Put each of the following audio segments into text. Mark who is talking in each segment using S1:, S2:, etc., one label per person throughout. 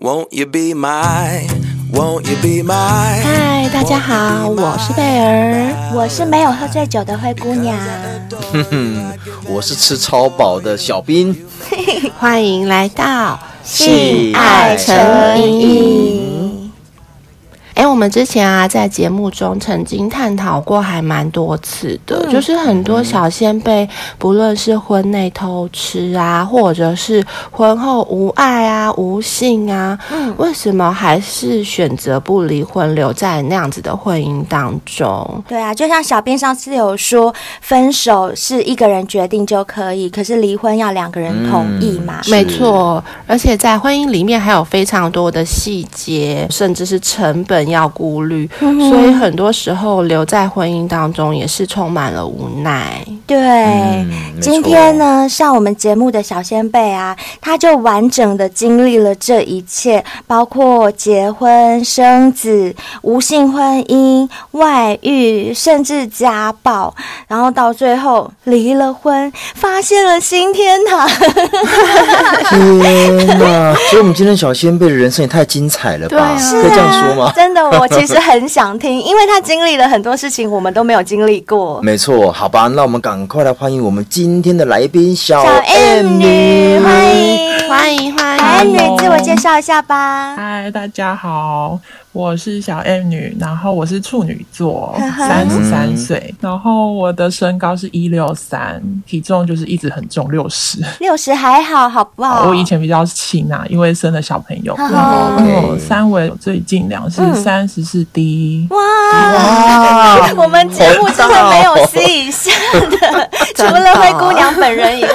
S1: Won't you be my? Won't you be my?
S2: 嗨，大家好，我是贝儿。
S3: 我是没有喝醉酒的灰姑娘，
S4: 我是吃超饱的小兵，
S2: 欢迎来到
S4: 性爱成
S2: 瘾。哎，我们之前啊，在节目中曾经探讨过，还蛮多次的，就是很多小先辈，不论是婚内偷吃啊，或者是婚后无爱啊、无性啊，为什么还是选择不离婚，留在那样子的婚姻当中？
S3: 对啊，就像小编上次有说，分手是一个人决定就可以，可是离婚要两个人同意嘛。
S4: 是
S2: 没错，而且在婚姻里面还有非常多的细节，甚至是成本要顾虑，所以很多时候留在婚姻当中也是充满了无奈。
S3: 对，
S4: 嗯没错
S3: 今天呢，上我们节目的小先辈啊，他就完整的经历了这一切，包括结婚、生子、无性婚姻、外遇，甚至家暴，然后到最后离了婚，发现了新天堂。
S4: 天哪！ 所以我们今天小先辈的人生也太精彩了
S2: 对
S4: 吧？
S2: 啊
S4: 可以这样说吗？
S3: 真的，我其实很想听，因为他经历了很多事情，我们都没有经历过。
S4: 没错，好吧，那我们赶快来欢迎我们今天的来宾小
S3: 小 M
S4: M
S3: 女，欢迎
S2: 欢迎欢
S3: 小 M
S2: 迎，
S3: 女，自我介绍一下吧。
S5: 嗨，大家好，我是小 M 女，然后我是处女座，
S3: 呵
S5: 三十三岁，然后我的身高是一六三，体重就是一直很重，六十。
S3: 六十还好，好不好？
S4: 哦
S5: 我以前比较轻啊，因为生了小朋友，
S3: 呵呵
S5: 然后我三围最近量是
S3: 嗯
S5: 三十四 D，
S3: 哇。
S4: 哇，
S3: 我们节目真的没
S4: 哦
S3: 有 C 以下 的，除了灰姑娘本人以外，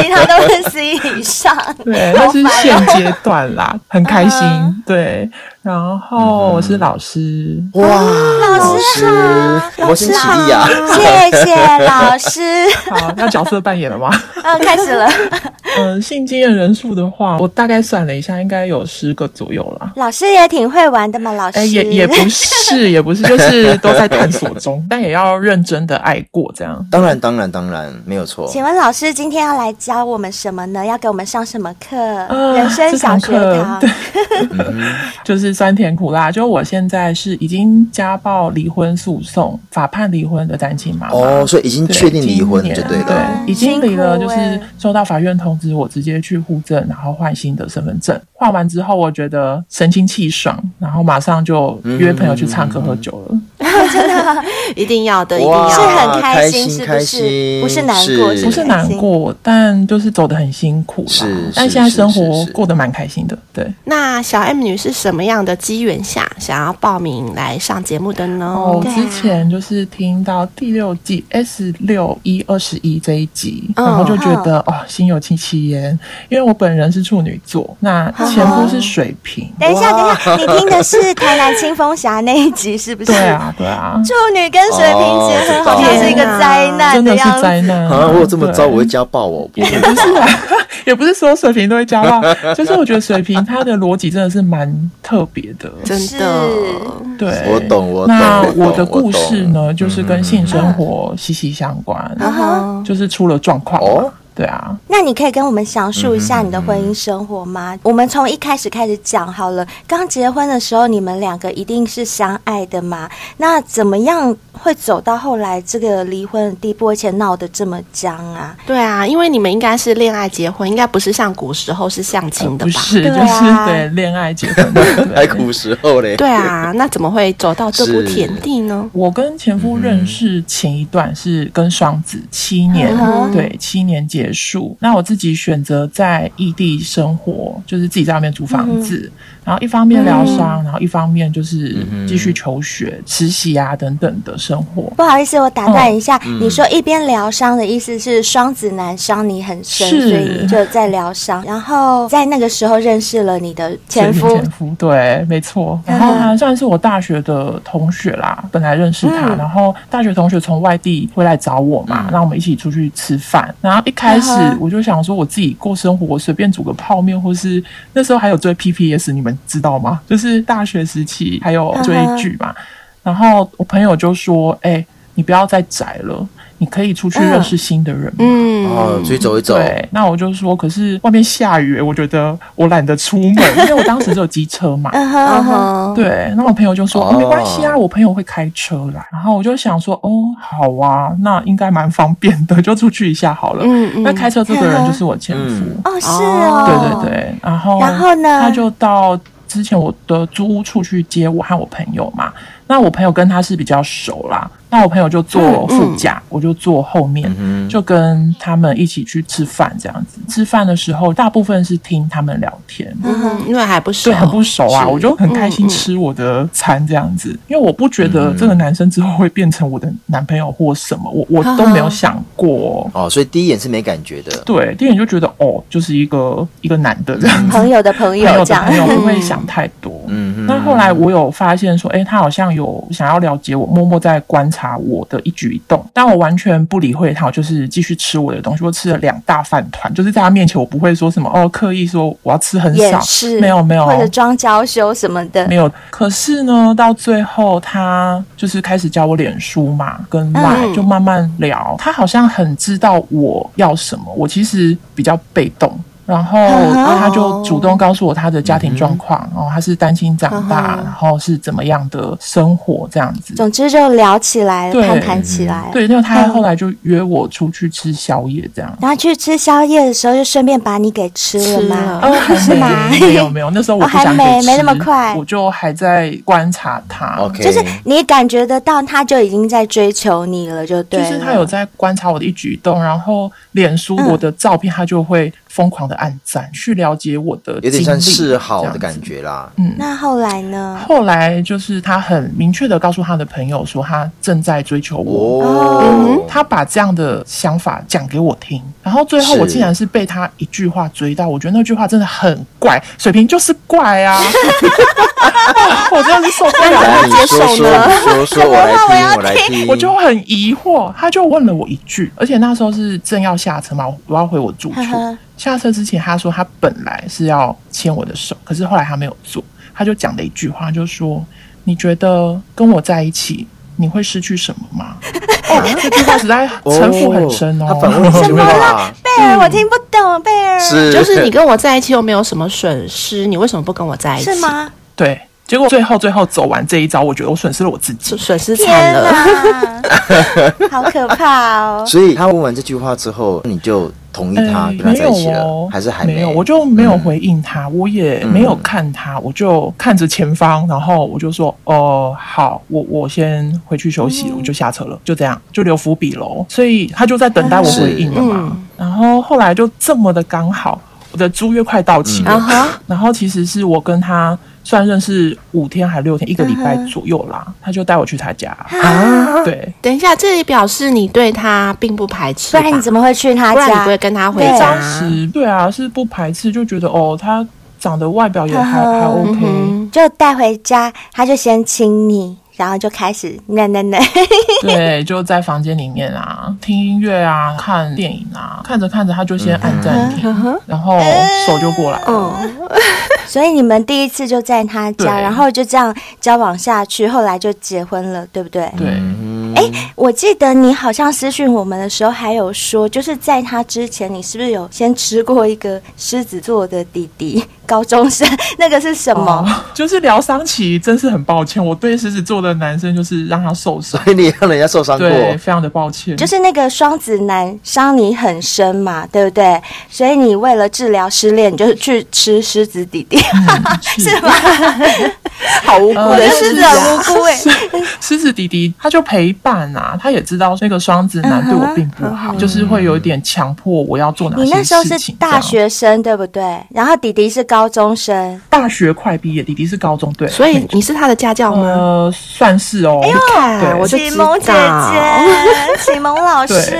S3: 其他都是 C 以上。
S5: 对，那是现阶段啦，很开心。对，然后我是老师，
S4: 哇，
S3: 老
S4: 老
S3: 师
S4: 师
S3: 好，
S4: 我是起立啊呀！
S3: 谢谢老师。
S5: 好，要角色扮演了吗？
S3: 嗯，开始了，
S5: 嗯，性经验人数的话，我大概算了一下，应该有十个左右啦。
S3: 老师也挺会玩的嘛，
S4: 啊
S3: 老师
S5: 哎，也也不 是，也不是，就是都在探索中， 但也要认真的爱过这样。
S4: 当然，当然，当然，没有
S5: 哦
S4: 错。
S3: 请问老师今天要来教我们什么呢？要给我们上什么课？
S5: 嗯
S3: 人生小学
S5: 这
S3: 堂
S5: 堂课。就是酸甜苦辣。就我现在是已经家暴离婚诉讼，法判离婚的单亲妈妈。
S4: 哦，所以已经
S5: 对
S4: 确定离婚
S5: 今
S4: 就
S5: 年啊
S4: 对了。哦
S5: 对，已经离了，
S3: 辛
S5: 就
S3: 苦
S5: 是
S3: 欸
S5: 收到法院通知，我直接去户政，然后换新的身份证。换完之后，我觉得神清气爽，然后马上就约朋友去唱
S4: 嗯
S5: 歌喝酒了。
S2: 一定要的，一定
S4: 哇
S2: 要
S3: 是
S2: 的。
S3: 很开心是
S4: 哦开
S3: 不是
S4: 开心，
S3: 不是难过是
S5: 不是难过，但就是走得很辛苦啦。
S4: 是
S5: 但
S4: 是
S5: 现在
S4: 是
S5: 生
S4: 是
S5: 活
S4: 是
S5: 过得蛮开心的。对，
S2: 那小 M 女是什么样的机缘下想要报名来上节目的呢？
S5: 哦，
S3: 对啊
S5: 之前就是听到第六季 S 六一二十一这一集，
S2: 嗯
S5: 然后就觉得哦，心有戚戚焉，因为我本人是处女座，那前夫是水瓶。
S3: 等一下，等一下，你听的是台南清风侠那一集是不是？
S5: 对啊，对啊，
S3: 处女跟水瓶结合
S4: 哦
S3: 好像是一个灾难
S5: 真的
S3: 样
S5: 是
S3: 子。
S5: 灾难
S4: 啊！我有这么糟，
S5: 对
S4: 我会家暴哦！不
S5: 也不是啊， 也不是所有水瓶都会 交到，就是我觉得水瓶它的逻辑真的是蛮特别的，
S2: 真的，
S3: 是
S5: 对，
S4: 我懂我懂
S5: 那
S4: 我懂
S5: 的故事
S4: 我
S5: 呢，就是跟性生活息息相关，
S2: 嗯哼，
S5: 就是出了状况。
S4: 哦，
S5: 对啊，
S3: 那你可以跟我们详述一下你的
S5: 嗯
S3: 婚姻生活吗？我们从一开始开始讲好了。刚结婚的时候，你们两个一定是相爱的嘛？那怎么样会走到后来这个离婚的地步，而且闹得这么僵啊？
S2: 对啊，因为你们应该是恋爱结婚，应该不是像古时候是相亲的
S5: 呃不
S2: 吧？
S5: 是，
S3: 对
S5: 就
S3: 啊
S5: 是对恋 爱结婚，对
S4: 还古时候嘞，
S2: 对啊，那怎么会走到这步
S4: 是
S2: 田地呢？
S5: 我跟前夫认识前一段是跟双子七年，
S3: 嗯
S5: 对，七年结束。那我自己选择在异地生活，就是自己在外面租房
S3: 嗯
S5: 子，然后一方面疗伤，然后一方面就是
S2: 嗯
S5: 继续求学、实习啊等等的生活。
S3: 不好意思，我打断一
S5: 哦
S3: 下，
S5: 嗯
S3: 你说一边疗伤的意思是双子男伤你很深，
S5: 是
S3: 所以你就在疗伤，然后在那个时候认识了你的前夫。嗯
S5: 前夫对，没错。然后他算是我大学的同学啦，本来认识他，
S3: 嗯
S5: 然后大学同学从外地回来找我嘛，让我们一起出去吃饭。然后一开
S3: 嗯
S5: 始
S3: 哼
S5: 我就想说，我自己过生活，我随便煮个泡面，或是那时候还有追 PPS，你们知道吗？就是大学时期
S3: 嗯
S5: 还有追剧嘛。然后我朋友就说：“哎、你不要再宅了。”你可以出
S3: 嗯
S5: 去认识新的人。
S4: 哦，出
S2: 嗯，
S4: 去走一走，
S5: 对，那我就说，可是外面下雨，我觉得我懒得出门，因为 我当时只有机车嘛。
S3: 嗯哼
S2: 嗯
S3: 嗯哼，
S2: 哼，
S5: 对，那我朋友就说、
S4: 哦
S5: 哦没关系啊，我朋友会开车来。然后我就想说，哦，好啊，那应该蛮方便的，就出去一下好了。
S2: 嗯嗯
S5: 那开车这个人就是我前夫，
S4: 嗯
S3: 哦是
S5: 对
S3: 哦，
S5: 对对，然后
S3: 然后呢
S5: 他就到之前我的租屋处去接我和我朋友嘛。那我朋友跟他是比较熟啦，那我朋友就
S3: 嗯
S5: 坐副驾，我就坐后面，
S4: 嗯哼
S5: 就跟他们一起去吃饭这样子。吃饭的时候，大部分是听他们聊天。
S2: 嗯哼，因为还不熟，
S5: 对，很不熟啊，
S2: 是
S5: 我就很开心
S2: 嗯嗯
S5: 吃我的餐这样
S3: 嗯
S5: 子，因为我不觉得
S4: 嗯
S5: 这个男生之后会变成我的男朋友或什么，我我都没有想过。
S4: 哦，所以第一眼是没感觉的，
S5: 对，电影就觉得哦，就是一个一个男的这样子，
S3: 朋友的朋
S5: 朋友
S3: 友这
S5: 的
S3: 样
S5: 朋，友不会 想太多。
S4: 嗯
S5: 那后来我有发现说，诶，他好像有想要了解我，默默在观察我的一举一动，但我完全不理会他，我就是继续吃我的东西。我吃了两大饭团，就是在他面前，我不会说什么哦，刻意说我要吃很
S3: 掩
S5: 少，
S3: 饰，
S5: 没有没有，
S3: 或者装娇羞什么的，
S5: 没有。可是呢，到最后他就是开始教我脸书嘛，跟 Line、
S2: 嗯
S5: 就慢慢聊。他好像很知道我要什么，我其实比较被动。然后
S3: 哦
S5: 他就主动告诉我他的家庭状况，然
S3: 嗯
S5: 后他是单亲长大，
S2: 嗯哼
S5: 然后是怎么样的生活这样子。
S3: 总之啊就聊起来了，
S5: 对
S3: 攀谈起来了。
S5: 对，那他后来就约我出去吃宵夜这样。
S3: 然后去吃宵夜的时候，就顺便把你给吃了吗？
S5: 哦，
S3: 是吗
S5: 没有没有，那时候我
S3: 哦
S5: 不想
S3: 还没
S5: 给
S3: 没那么
S5: 吃
S3: 快
S5: 我就还在观察他。
S4: ，OK，
S3: 就是你感觉得到，他就已经在追求你了，就对
S5: 就
S3: 了。
S5: 是他有在观察我的一举一动，然后脸书
S3: 嗯
S5: 我的照片，他就会疯狂的按赞，去了解我的
S4: 有点像
S5: 经历
S4: 示好的
S5: 这样
S4: 感
S5: 子。
S4: 觉啦，
S5: 嗯，
S3: 那后来呢？
S5: 后来就是他很明确的告诉他的朋友说，他正在追求我。
S4: 哦，
S5: 他把这样的想法讲给我听，然后最后
S4: 是
S5: 我竟然是被他一句话追到，我觉得那句话真的很怪，水瓶就是 怪啊， 我真的是受不了了。
S4: 那你说说，哎你说说，我来听，我来听，
S5: 我就很疑惑，他就问了我一句，而且那时候是正要下车嘛，我要回我住处。下车之前，他说他本来是要牵我的手，可是后来他没有做，他就讲了一句话，就说：“你觉得跟我在一起，你会失去什么吗？”哦，这句话 实在城府很深哦。
S4: 他反问什么啦？
S3: 贝尔，我听不懂，贝尔
S4: 是
S2: 就是你跟我在一起又没有什么损失，你为什么不跟我在一起？
S3: 是？吗？
S5: 对，结果最后最后走完这一招，我觉得我损失了我自己。
S2: 损失惨
S3: 天
S2: 了。
S3: 哪， 好可怕 哦！
S4: 所以他问完这句话之后，你就同意他跟
S5: 嗯
S4: 他
S5: 没
S4: 在
S5: 有
S4: 一起了，
S5: 哦，
S4: 还是还
S5: 没
S4: 没
S5: 有？我就没有
S4: 嗯
S5: 回应他，我也没有看他，我就看着前方，然后我就说：“哦、好，我我先回去休息了，我就下车了，就这样，就留伏笔喽。”所以他就在等待我回应了嘛。
S4: 嗯
S5: 然后后来就这么的刚好，我的租约快到期
S4: 嗯
S5: 了，
S2: 啊哈，
S5: 然后其实是我跟他算认识五天还六天，一个礼
S4: 啊
S5: 拜左右啦，他就带我去他家。啊，对，
S2: 等一下，这里表示你对他并不排斥
S3: 不
S2: 吧，
S3: 然你怎么会去他
S2: 不然你
S3: 家
S2: 不？会跟他回
S3: 对啊
S2: 家
S5: 当？时对啊，是不排斥，就觉得哦，他长得 外表也还
S3: 嗯哼
S5: 还 OK，、
S2: 嗯
S3: 就带回家，他就先亲你，然后就开始那那那，
S5: 对，就在房间里面啊，听音乐啊，看电影啊，看着看着他就先按暂
S3: 嗯
S5: 停，然后手就过来了。
S3: 所以你们第一次就在他家，
S5: 对
S3: 然后就这样交往下去，后来就结婚了，对不对？
S5: 对，
S4: 哎，
S3: 我记得你好像私讯我们的时候还有说，就是在他之前，你是不是有先吃过一个狮子座的弟弟 高中生？那个是什么？
S5: 哦，就是疗伤期，真是很抱歉，我对狮子座的男生就是让他受伤，
S4: 所以你让人家受伤过，
S5: 对，非常的抱歉。
S3: 就是那个双子男伤你很深嘛，对不对？所以你为了治疗失恋，你就去吃狮子弟弟， 是吗？
S2: 好无辜
S5: 呃
S3: 的狮子很无辜哎、
S5: 狮子弟弟他就陪伴啊，他也知道那个双子男对我并不好，就是会有一点强迫我要做哪些
S3: 嗯你那时候
S5: 事
S3: 是
S5: 情这
S3: 大
S5: 样
S3: 学生对不对？然后弟弟是高中生，
S5: 大学快毕业，弟弟是高中对，
S2: 所
S5: 没
S2: 以
S5: 错
S2: 你是他的家教吗？
S5: 呃算是哦。
S2: 哎
S5: 对
S2: 我就
S3: 启
S2: 知
S3: 蒙姐
S2: 道。
S3: 姐，启蒙老
S5: 对
S3: 师。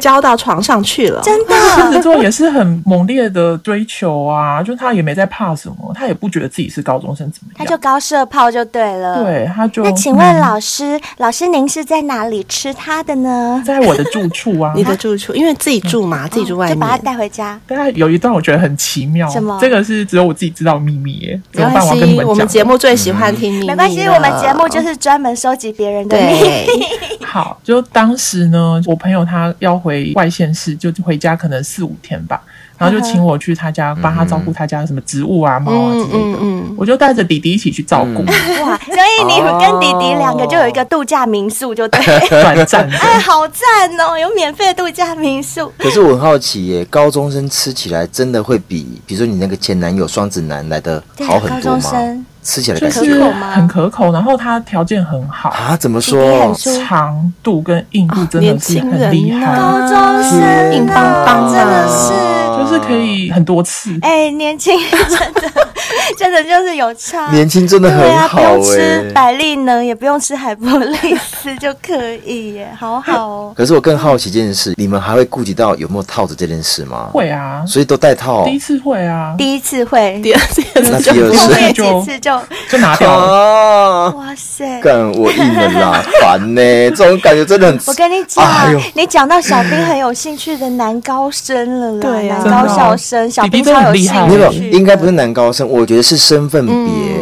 S2: 交到床上去了。
S3: 真
S5: 狮子
S3: 的，
S5: 座也是很猛烈的追求啊，就他也没在怕什么，他也不觉得自己是高中生怎么
S3: 他
S5: 样，
S3: 就高射炮就对了。。
S5: 对，他就嗯
S3: 那请问老师，老师您是在哪里吃它的呢？
S5: 在我的住处 啊
S2: 你，的住处，因为自己住嘛，自己住外
S3: 嗯哦就把它
S2: 面。
S3: 带回家。
S5: 但是有一段我觉得很奇妙
S3: 什么，
S5: 这个是只有我自己知道的秘密耶，怎
S2: 没
S5: 么办？
S2: 关
S5: 我要跟你
S2: 系，我们
S5: 们
S2: 节
S5: 讲。嗯
S2: 目最喜欢听秘密了。
S3: 没关系，我们节目就是专门收集别人的秘密。
S2: 对，
S5: 好，就当时呢，我朋友他要回外县市，就回家可能四五天吧，然后就请我去他家帮他照顾他家什么植物啊、猫啊之
S2: 嗯
S5: 类
S2: 嗯
S5: 的。
S2: 嗯，
S5: 我就带着弟弟一起去照顾，
S4: 嗯
S3: 哇， 所以你
S2: 哦
S3: 跟弟弟两个就有一个度假民宿，就对。
S5: 短暂的。
S3: 哎， 好赞哦，有免费度假民宿。
S4: 可是我很好奇耶，高中生吃起来真的会比，比如说你那个前男友双子男来的
S3: 对啊
S4: 好很
S3: 高
S4: 多
S3: 中
S4: 吗？
S3: 生
S4: 吃起来
S5: 就
S4: 感觉
S5: 是
S3: 可口吗
S5: 很可口，然后它条件很好，
S4: 啊？怎么
S3: 弟弟很
S4: 说？
S3: 舒服
S5: 长度跟硬
S3: 哦
S5: 度真的是很厉害，
S2: 啊
S3: 高中生啊
S2: 硬邦邦的
S3: 真的是，
S5: 就是可以很多次。
S3: 哎、年轻人真的 真的就是有差。
S4: 年轻真的
S3: 对啊，
S4: 很
S3: 不
S4: 好
S3: 用吃
S4: 哎。
S3: 百利能，也不用吃海博利斯就可以耶，好好哦。
S4: 可是我更好奇一件事，你们还会顾及到有没有套子这件事吗？，
S5: 会啊，
S4: 所以都带套
S5: 第一次会啊，
S3: 第一次会，
S2: 第二件
S4: 那
S2: 事
S4: 第二
S3: 后
S5: 次
S4: 次
S3: 面几
S5: 就
S3: 次就
S5: 就拿掉 了。
S4: 啊！
S3: 哇 塞！
S4: 干我硬了啦，烦呢、这种感觉真的很。
S3: 我跟你讲，
S4: 哎呦
S3: 你讲到小兵很有兴趣的男高生了啦，
S2: 对啊
S3: 男高校生，小兵
S5: 弟弟都
S3: 超
S5: 很
S3: 有
S5: 厉
S3: 兴
S5: 害
S4: 没
S3: 趣
S4: 有，
S3: 的，
S4: 应该不是男高生，我觉得是身份别、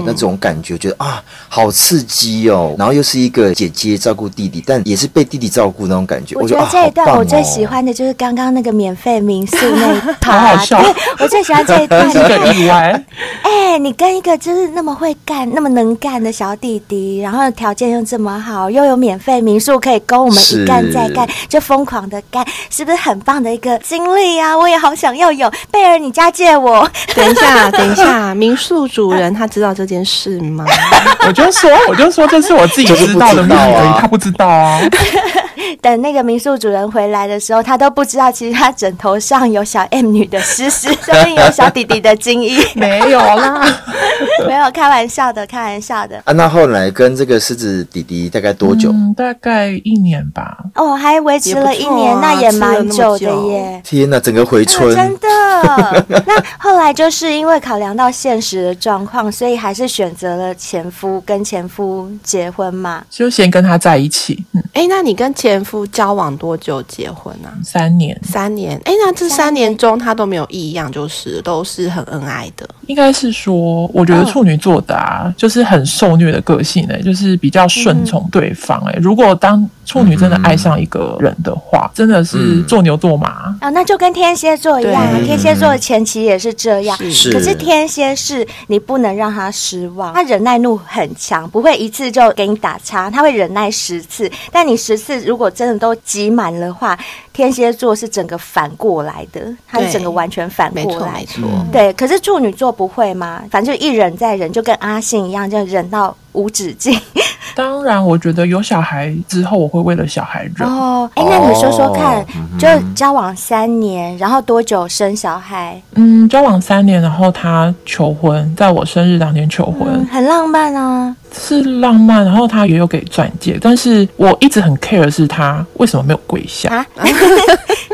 S4: 那种感觉，觉得啊，好刺激哦。然后又是一个姐姐照顾弟弟，但也是被弟弟照顾那种感觉。
S3: 我
S4: 觉
S3: 觉得
S4: 得啊
S3: 这一段
S4: 好棒哦
S3: 我最喜欢的就是刚刚那个免费民宿那一趴，
S5: 好好笑
S3: 对我最喜欢这一段。
S5: 这是个意外，
S3: 哎、你跟一个就是那么会干、那么能干的小弟弟，然后条件又这么好，又有免费民宿可以供我们一
S4: 是
S3: 干再干，就疯狂的干，是不是很棒的一个经历啊？我也好想要有，贝尔，你家借我。
S2: 等一下，等一下，民宿主人他知道这件事吗？
S5: 我就说，我就说这是我自己
S4: 就是不
S5: 知道的秘密
S4: 知道
S5: 而
S4: 啊
S5: 已，他不知 道啊。
S3: 等那个民宿主人回来的时候，他都不知道，其实他枕头上有小 M 女的湿湿，上面有小弟弟的精液。
S5: 没有啦，
S3: 没有开玩笑的，开玩笑 的。
S4: 啊，那后来跟这个狮子弟弟大概多久？
S5: 嗯，大概一年吧。
S3: 哦，还维持了一年，
S2: 也不错啊
S3: 那也蛮久
S2: 吃了那
S3: 的
S2: 么久
S3: 耶。
S4: 天哪，整个回
S3: 嗯
S4: 春，
S3: 真 的。那后来就是因为考量到现实的状况，所以还是选择了前夫跟前夫结婚嘛。
S5: 就先跟他在一起，嗯，
S2: 哎，那你跟前夫交往多久结婚啊？
S5: 三年，
S2: 三年。哎，那这三年中他都没有异样，就是都是很恩爱的。
S5: 应该是说，我觉得处女座的啊，就是很受虐的个性哎、就是比较顺从对方哎、如果当处女真的爱上一个人的话，真的是
S4: 嗯
S5: 做牛做马。
S3: 啊、那就跟天蝎座一样啊，
S2: 对
S3: 天蝎座的前期也是这样。
S4: 是
S3: 可是天蝎是你不能让他失望，他忍耐度很强，不会一次就给你打叉，他会忍耐十次。但你十次如果真的都挤满了话，天蝎座是整个反过来的，他是
S2: 对
S3: 整个完全反
S2: 没
S3: 过
S2: 错，
S3: 来
S2: 没。错。
S5: 嗯
S3: 对，可是处女座不会吗？反正就一忍再忍，就跟阿信一样，就忍到无止境。
S5: 当然，我觉得有小孩之后，我会为了小孩忍。
S3: 哦， 哎，那你说说看
S4: 哦，嗯
S3: 就交往三年，然后多久生小孩？
S5: 嗯，交往三年，然后他求婚，在我生日当天求婚，
S3: 嗯，很浪漫啊。
S5: 是浪漫。然后他也有给钻戒，但是我一直很 care 的是他为什么没有跪下。
S3: 啊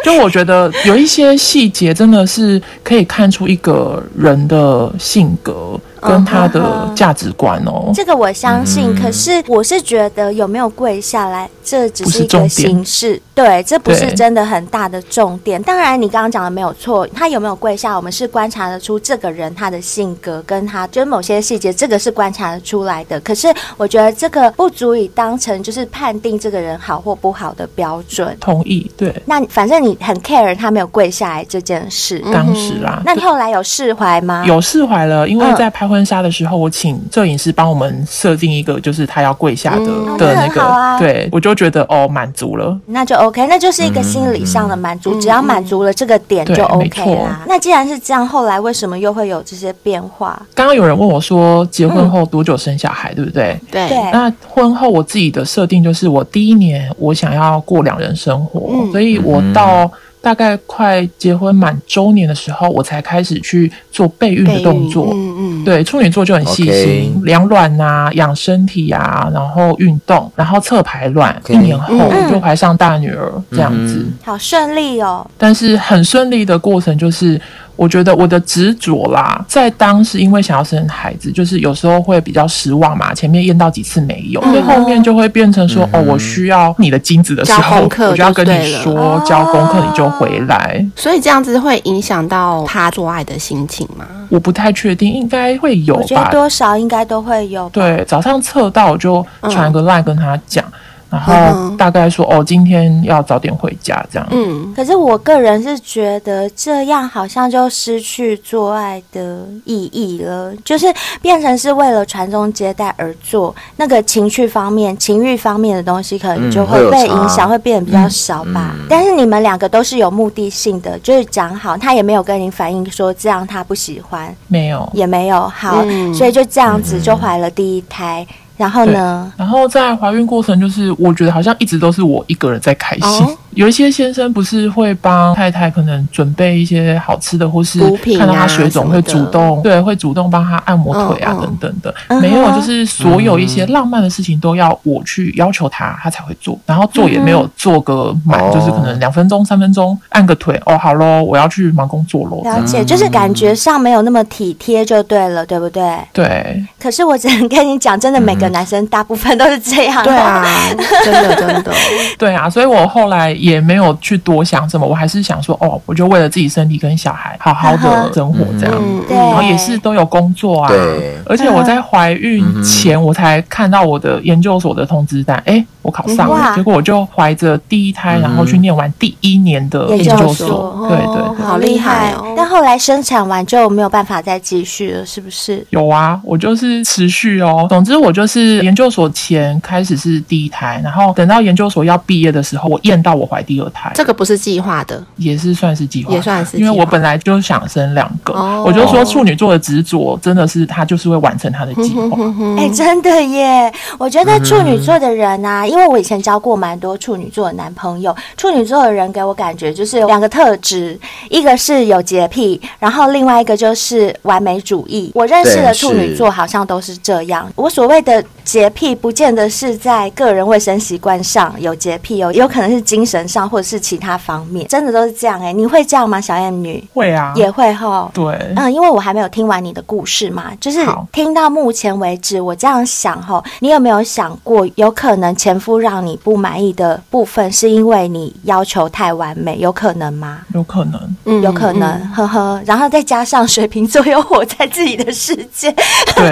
S5: 就我觉得有一些细节真的是可以看出一个人的性格跟他的价值观哦。
S3: 哦这个我相
S5: 嗯
S3: 信，可是我是觉得有没有跪下来，这只是一个
S5: 不是重点
S3: 形式，对，这不是
S5: 嗯对
S3: 真的很大的重点。当然，你刚刚讲的没有错，他有没有跪下，我们是观察得出这个人他的性格跟他就是某些细节，这个是观察得出来的。可是我觉得这个不足以当成就是判定这个人好或不好的标准。
S5: 同意，对，
S3: 那反正你很 care 他没有跪下来这件事，
S5: 当时啦。
S3: 嗯那你后来有释怀吗？
S5: 嗯有释怀了，因为
S3: 嗯
S5: 在拍婚纱的时候，我请摄影师帮我们设定一个，就是他要跪下的、
S2: 嗯
S5: 的
S3: 哦那
S5: 那
S3: 很
S5: 个，
S3: 好啊
S5: 对我就觉得哦满足了。
S3: 那就 OK，那就是一
S5: 嗯
S3: 个心理上的满足，只要满足了这个点就
S5: 对
S3: OK 啦
S5: 没。
S3: 那既然是这样，后来为什么又会有这些变化？
S5: 刚刚有人问我说，结婚后多久生小孩，对不对？
S2: 对
S3: 对
S5: 那婚后我自己的设定就是，我第一年我想要过两人生活，
S2: 嗯
S5: 所以我到大概快结婚满周年的时候，我才开始去做备孕的
S2: 备
S5: 动
S2: 孕
S5: 作。
S2: 嗯嗯，
S5: 对，处女座就很细心
S4: OK，
S5: 量卵啊、养身体啊，然后运动，然后侧排卵
S4: OK
S5: 一年后
S3: 嗯
S5: 就怀上大女儿这样子。
S4: 嗯
S3: 好顺利哦。
S5: 但是很顺利的过程就是，我觉得我的执着啦，在当时因为想要生孩子，就是有时候会比较失望嘛，前面验到几次没
S2: 嗯
S5: 有，所以后面就会变成说，哦，我需要你的精子的时
S2: 交
S5: 候，
S2: 功课
S5: 我就要跟
S2: 就
S5: 你
S2: 对了
S5: 说交功课，你就回来。
S2: 所以这样子会影响到他做爱的心情吗？
S5: 我不太确定，应该会有
S3: 我觉得
S5: 吧？
S3: 多少应该都会有。
S5: 对，早上测到我就传个 line 跟他讲，然
S2: 嗯
S5: 后
S2: 哼
S5: 大概说，哦，今天要早点回家这样。
S2: 嗯，
S3: 可是我个人是觉得这样好像就失去做爱的意义了，就是变成是为了传宗接代而做，那个情趣方面、情欲方面的东西可能
S4: 嗯
S3: 就
S4: 会
S3: 会
S4: 有
S3: 被
S4: 差嗯
S3: 影响，会变得比较少吧。但是你们两个都是有目的性的，就是讲好，他也没有跟你反映说这样他不喜欢，
S5: 没有，
S3: 也没有好，
S2: 嗯
S3: 所以就这样子就怀了第一胎，然后呢？
S5: 然后在怀孕过程，就是我觉得好像一直都是我一个人在开心。
S2: 哦
S5: 有一些先生不是会帮太太可能准备一些好吃的，或是
S2: 补品啊
S5: 看到她水肿会主动、对，会主动帮她按摩腿啊、
S2: 嗯嗯哦
S5: 等等的。
S3: 嗯哼
S5: 没有，就是所有一些浪漫的事情都要我去要求她，她才会做。然后做也没有做个满，
S2: 嗯
S4: 哦
S5: 就是可能两分钟、三分钟按个腿，哦，好喽，我要去忙工作喽。这
S3: 了
S5: 样
S3: 解，就是感觉上没有那么体贴就对了，对不对？
S5: 对，
S3: 可是我只能跟你讲，真的，
S5: 嗯
S3: 每个男生大部分都是这样。
S2: 对，啊， 真的真的，
S5: 对啊，所以我后来也没有去多想什么，我还是想说，哦，我就为了自己身体跟小孩好好
S3: 嗯
S5: 的
S3: 哼
S5: 生活这样。
S2: 嗯，
S3: 对
S5: 然后也是都有工作啊，
S4: 对
S5: 而且我在怀孕前，我才看到我的研究所的通知单，哎，我考上
S3: 哇
S5: 了，结果我就怀着第一胎，然后去念完第一年的
S3: 研
S5: 研
S3: 究
S5: 究
S3: 所
S5: 所，对对对，
S2: 好厉害哦
S3: 但后来生产完就没有办法再继续了，是不是？
S5: 有啊，我就是持续哦。总之，我就是研究所前开始是第一胎，然后等到研究所要毕业的时候，我验到我怀第二胎，
S2: 这个不是计划的，
S5: 也是算是计划，
S2: 也算是计
S5: 因
S2: 划
S5: 为我本来就想生两个，
S2: 哦
S5: 我就说处女座的执着真的是他就是会完成他的
S2: 嗯
S5: 计划，
S4: 嗯
S3: 哎、真的耶！我觉得处女座的人
S4: 嗯
S3: 啊，因为我以前交过蛮多处女座的男朋友，处女座的人给我感觉就是有两个特质，一个是有洁癖，然后另外一个就是完美主义。我认识的
S4: 对
S3: 处女
S4: 是
S3: 座好像都是这样。我所谓的洁癖，不见得是在个人卫生习惯上有洁癖哦，有可能是精神上或者是其他方面，真的都是这样哎。你会这样吗，小燕女？
S5: 会啊，
S3: 也会吼。
S5: 对，
S3: 嗯，因为我还没有听完你的故事嘛，就是
S5: 好
S3: 听到目前为止，我这样想吼，你有没有想过，有可能前夫让你不满意的部分，是因为你要求太完美，有可能吗？
S5: 有可能，
S2: 嗯
S3: 有可能，呵呵。然后再加上水瓶座又活在自己的世界，
S5: 对，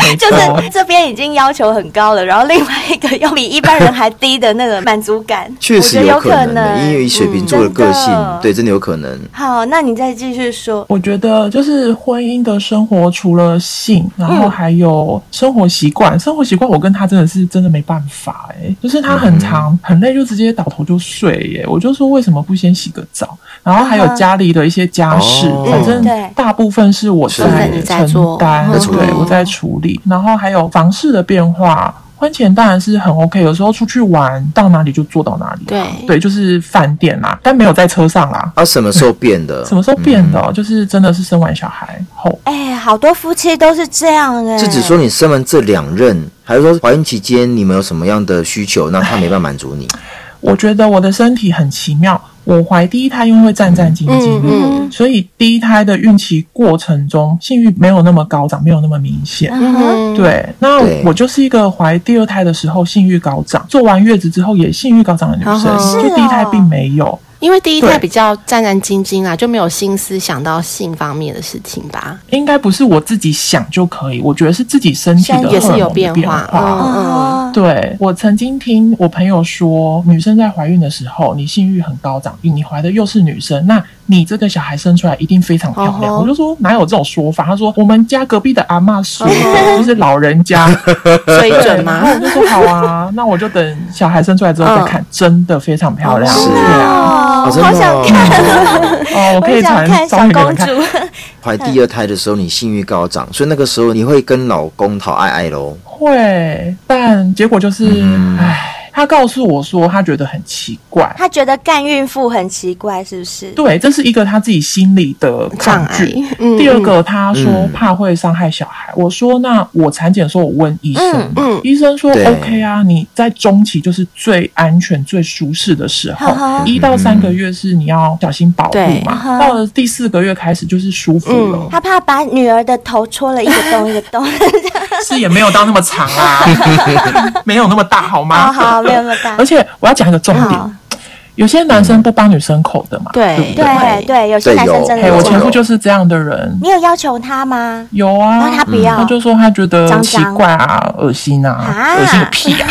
S5: 没
S3: 就
S5: 错
S3: 是这边已经要求很高了，然后另外一个又比一般人还低的那个满足感，
S4: 确
S3: 我觉
S4: 实
S3: 得有
S4: 可
S3: 能，
S4: 能，因为以水瓶座的个性
S3: 嗯真的，
S4: 对，真的有可能。
S3: 好，那你再继续说。
S5: 我觉得就是婚姻的生活，除了性，然后还有生活习惯。生活习惯，我跟他真的是真的没办法哎、就是他很长很累就直接倒头就睡耶、我就说为什么不先洗个澡？然后还有家里的一些家事，
S4: 哦
S5: 反正
S3: 对
S5: 大部分是我
S4: 是部
S5: 在
S4: 分你
S2: 在
S5: 承
S2: 做
S5: 担，
S2: 在
S4: 处理
S5: 对，我在处理。然后还有房事的变化。婚前当然是很 OK，有时候出去玩到哪里就做到哪里、啊，
S2: 对
S5: 对，就是饭店啦，但没有在车上啦。
S4: 啊，什么时候变的？嗯
S5: 什么时候变
S2: 嗯
S5: 的哦、就是真的是生完小孩后，
S3: 哎、好多夫妻都是这样哎、
S4: 是只说你生完这两任，还是说怀孕期间你们有什么样的需求，那他没办法满足你？
S5: 我觉得我的身体很奇妙。我怀第一胎因为会战战兢兢，
S2: 嗯
S5: 所以第一胎的孕期过程中性欲没有那么高涨，没有那么明显。
S3: 嗯哼。
S2: 嗯，
S5: 对，那
S4: 对
S5: 我就是一个怀第二胎的时候性欲高涨，做完月子之后也性欲高涨的女生，
S2: 嗯哼
S5: 就第一胎并没有。
S2: 因为第一胎
S5: 对
S2: 比较战战兢兢啊，就没有心思想到性方面的事情吧。
S5: 应该不是我自己想就可以，我觉得是自己身体的
S3: 也
S5: 荷
S3: 是
S5: 尔
S2: 有
S5: 蒙的
S2: 变
S5: 变
S2: 化嗯
S3: 哦，
S5: 对我曾经听我朋友说，女生在怀孕的时候，你性欲很高涨，你怀的又是女生，那你这个小孩生出来一定非常漂亮。
S2: 哦吼
S5: 我就说哪有这种说法？他说我们家隔壁的阿嬷
S3: 哦
S5: 说的，就是老人家
S2: 水
S5: 对
S2: 准
S5: 然后
S2: 吗？
S5: 我就说好啊，那我就等小孩生出来之后再看，真的非常漂亮。
S4: 是
S5: 对啊，
S3: 哦
S4: 哦真的
S3: 好想看，
S5: 哦，我可
S3: 我
S5: 以
S3: 想
S5: 传
S3: 看
S5: 照
S3: 小
S5: 片给
S3: 公
S5: 你们看。
S3: 主。
S4: 怀第二胎的时候你性欲高涨，所以那个时候你会跟老公讨爱爱喽。
S5: 会，但结果就是，
S4: 嗯
S5: 唉，他告诉我说，他觉得很奇怪。
S3: 他觉得干孕妇很奇怪，是不是？
S5: 对，这是一个他自己心里的
S2: 障
S5: 抗
S2: 碍
S5: 拒。。
S2: 嗯
S5: 第二，个，他说
S4: 嗯
S5: 怕会伤害小孩。我说那我产检的时候我问医生嘛，
S2: 嗯
S5: 医生说
S4: 对
S5: OK 啊，你在中期就是最安全、最舒适的时
S3: 呵
S5: 候
S3: 呵，
S5: 一到三个月是你要小心保护
S3: 对嗯
S5: 嘛，到了第四个月开始就是舒服了，
S3: 他怕把女儿的头戳了一个洞一个 洞。
S5: 是也没有到那么长啊，没有那么大好
S3: 好
S5: 吗？
S3: 好，没有那么大
S5: 而。且我要讲一个重
S3: 好
S5: 点，有些男生不帮女生口的嘛，
S2: 对
S5: 对不嗯
S3: 对
S5: 对？
S3: 对，有些
S4: 对
S3: 男生
S4: 有
S3: 真的
S5: 嘿，
S3: 有
S5: 我
S3: 这
S5: 前
S3: 样
S5: 夫就是这样的人，
S3: 你有要求他吗？
S5: 有
S3: 然
S5: 啊
S3: 后，他不
S5: 他
S3: 要
S5: 就说他觉得
S3: 脏
S5: 奇
S3: 脏
S5: 怪啊、恶心啊
S3: 啊、
S5: 恶心个屁啊，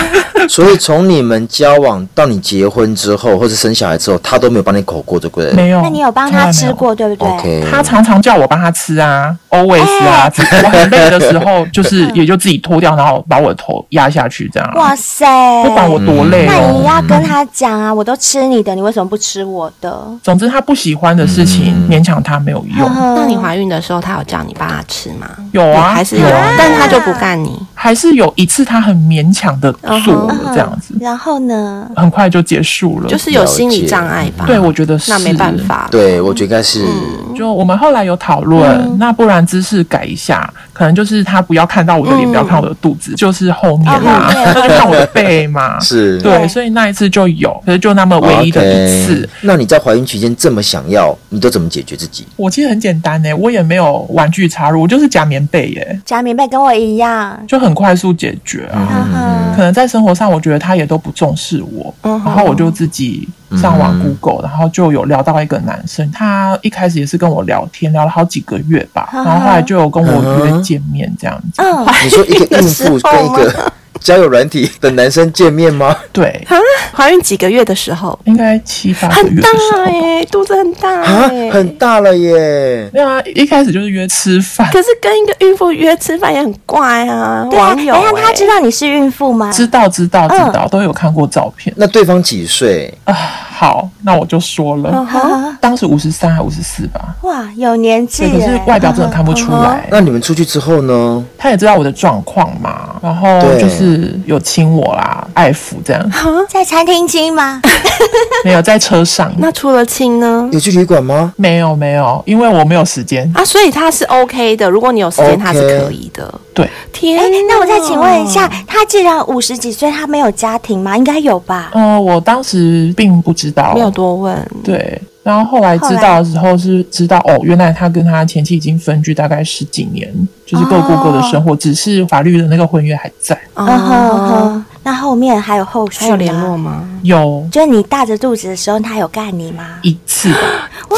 S4: 所以从你们交往到你结婚之后，或者生小孩之后，他都没有帮你口过，对不对？
S5: 没有。
S3: 那你有帮
S5: 从来
S3: 他
S5: 没
S3: 吃
S5: 有？
S3: 过，对不对？
S4: OK，
S5: 他常常叫我帮他吃啊，always
S3: 哎
S5: 啊，只我很累的时候，就是也就自己脱掉，然后把我的头压下去这样啊，
S3: 嗯哇塞！
S5: 不管我多累
S3: 那你
S5: 哦。
S3: 要跟他讲啊，我都吃你的，你为什么不吃我的？
S5: 总之，他不喜欢的事情
S4: 嗯
S5: 勉强他没有用，
S3: 嗯
S2: 那你怀孕的时候，他有叫你帮他吃吗？
S5: 有啊，
S2: 还是有
S5: 有啊，，
S2: 但他就不干你。
S5: 还是有一次他很勉强的
S3: 嗯
S5: 做了这样子，
S3: 然后呢？
S5: 很快就结束了。
S2: 就是有心理障碍吧？
S5: 对，我觉得是
S2: 那没办。法。
S4: 对，我觉得应该是，
S5: 就我们后来有讨论，那不然姿势改一下，可能就是他不要看到我的脸，
S2: 嗯
S5: 不要看我的肚子，就是后面
S3: 哦
S5: 嘛，
S3: 后面
S5: 那就看我的背 嘛。
S4: 是
S5: 对，
S3: 对
S5: 所以那一次就有，可是就那么唯一的一次
S4: OK。那你在怀孕期间这么想要，你都怎么解决自己？
S5: 我其实很简单呢、我也没有玩具插入，我就是夹棉被耶、
S3: 贾明贝跟我一样，
S5: 就很快速解决
S4: 嗯
S5: 啊。
S3: 哈哈
S5: 可能在生活上，我觉得他也都不重视我，
S2: 嗯哼
S5: 然后我就自己上网
S4: 嗯
S5: Google，、然后就有聊到一个男生，他一开始也是跟我聊天，聊了好几个月吧，
S3: 嗯哼
S5: 然后后来就有跟我约见面这样子。
S3: 嗯，
S4: 你说一个孕妇跟一个交友软体的男生见面吗？
S5: 对，
S2: 啊，怀孕几个月的时候，
S5: 应该七八个
S2: 很
S5: 月
S2: 大
S5: 的时候吧。
S2: 哎、 肚子很大
S4: 啊
S2: 哎、，
S4: 很大了耶！
S5: 对啊，一开始就是约吃饭，
S2: 可是跟一个孕妇约吃饭也很怪啊，
S3: 对啊，
S2: 网
S3: 等一
S5: 哎
S2: 友、
S3: 下
S2: 欸。
S3: 他知道你是孕妇
S2: 啊
S3: 吗？
S5: 知道知道知
S2: 嗯
S5: 道，都有看过照片
S4: 那对方几岁？
S5: 啊。好，那我就说
S2: 哦
S5: 了，
S3: 哈哈
S5: 当时五十三还五十四吧，
S3: 哇，有年纪
S5: 对，可是
S3: 耶
S5: 外表真的看不出
S2: 嗯
S5: 来。
S4: 那你们出去之后呢？
S5: 他也知道我的状况嘛，然后
S4: 对
S5: 就是有亲我啦，爱抚 这样，
S3: 在餐厅亲吗？
S5: 没有在车上，
S2: 那除了亲呢？
S4: 有去旅馆吗？
S5: 没有没有，因为我没有时间。
S2: 啊，所以他是 OK 的，如果你有时间，
S4: OK
S2: 他是可以的。
S5: 对，
S2: 天
S3: 哎
S2: 哪，，
S3: 那我再请问一下，他既然五十几岁，他没有家庭吗？应该有吧？
S5: 呃，我当时并不知道
S2: 没，有多问，
S5: 对，然后后来知道的时候是知道哦，原来他跟他前妻已经分居大概十几年，就是各过各的生活，只是法律的那个婚约还在。
S2: 嗯
S3: 嗯哼嗯哼，那后面还有后
S2: 还
S3: 续
S2: 有
S3: 吗
S2: 联络？吗？
S5: 有
S3: 就是你大着肚子的时候，他有干你吗？嗯
S5: 一次吧，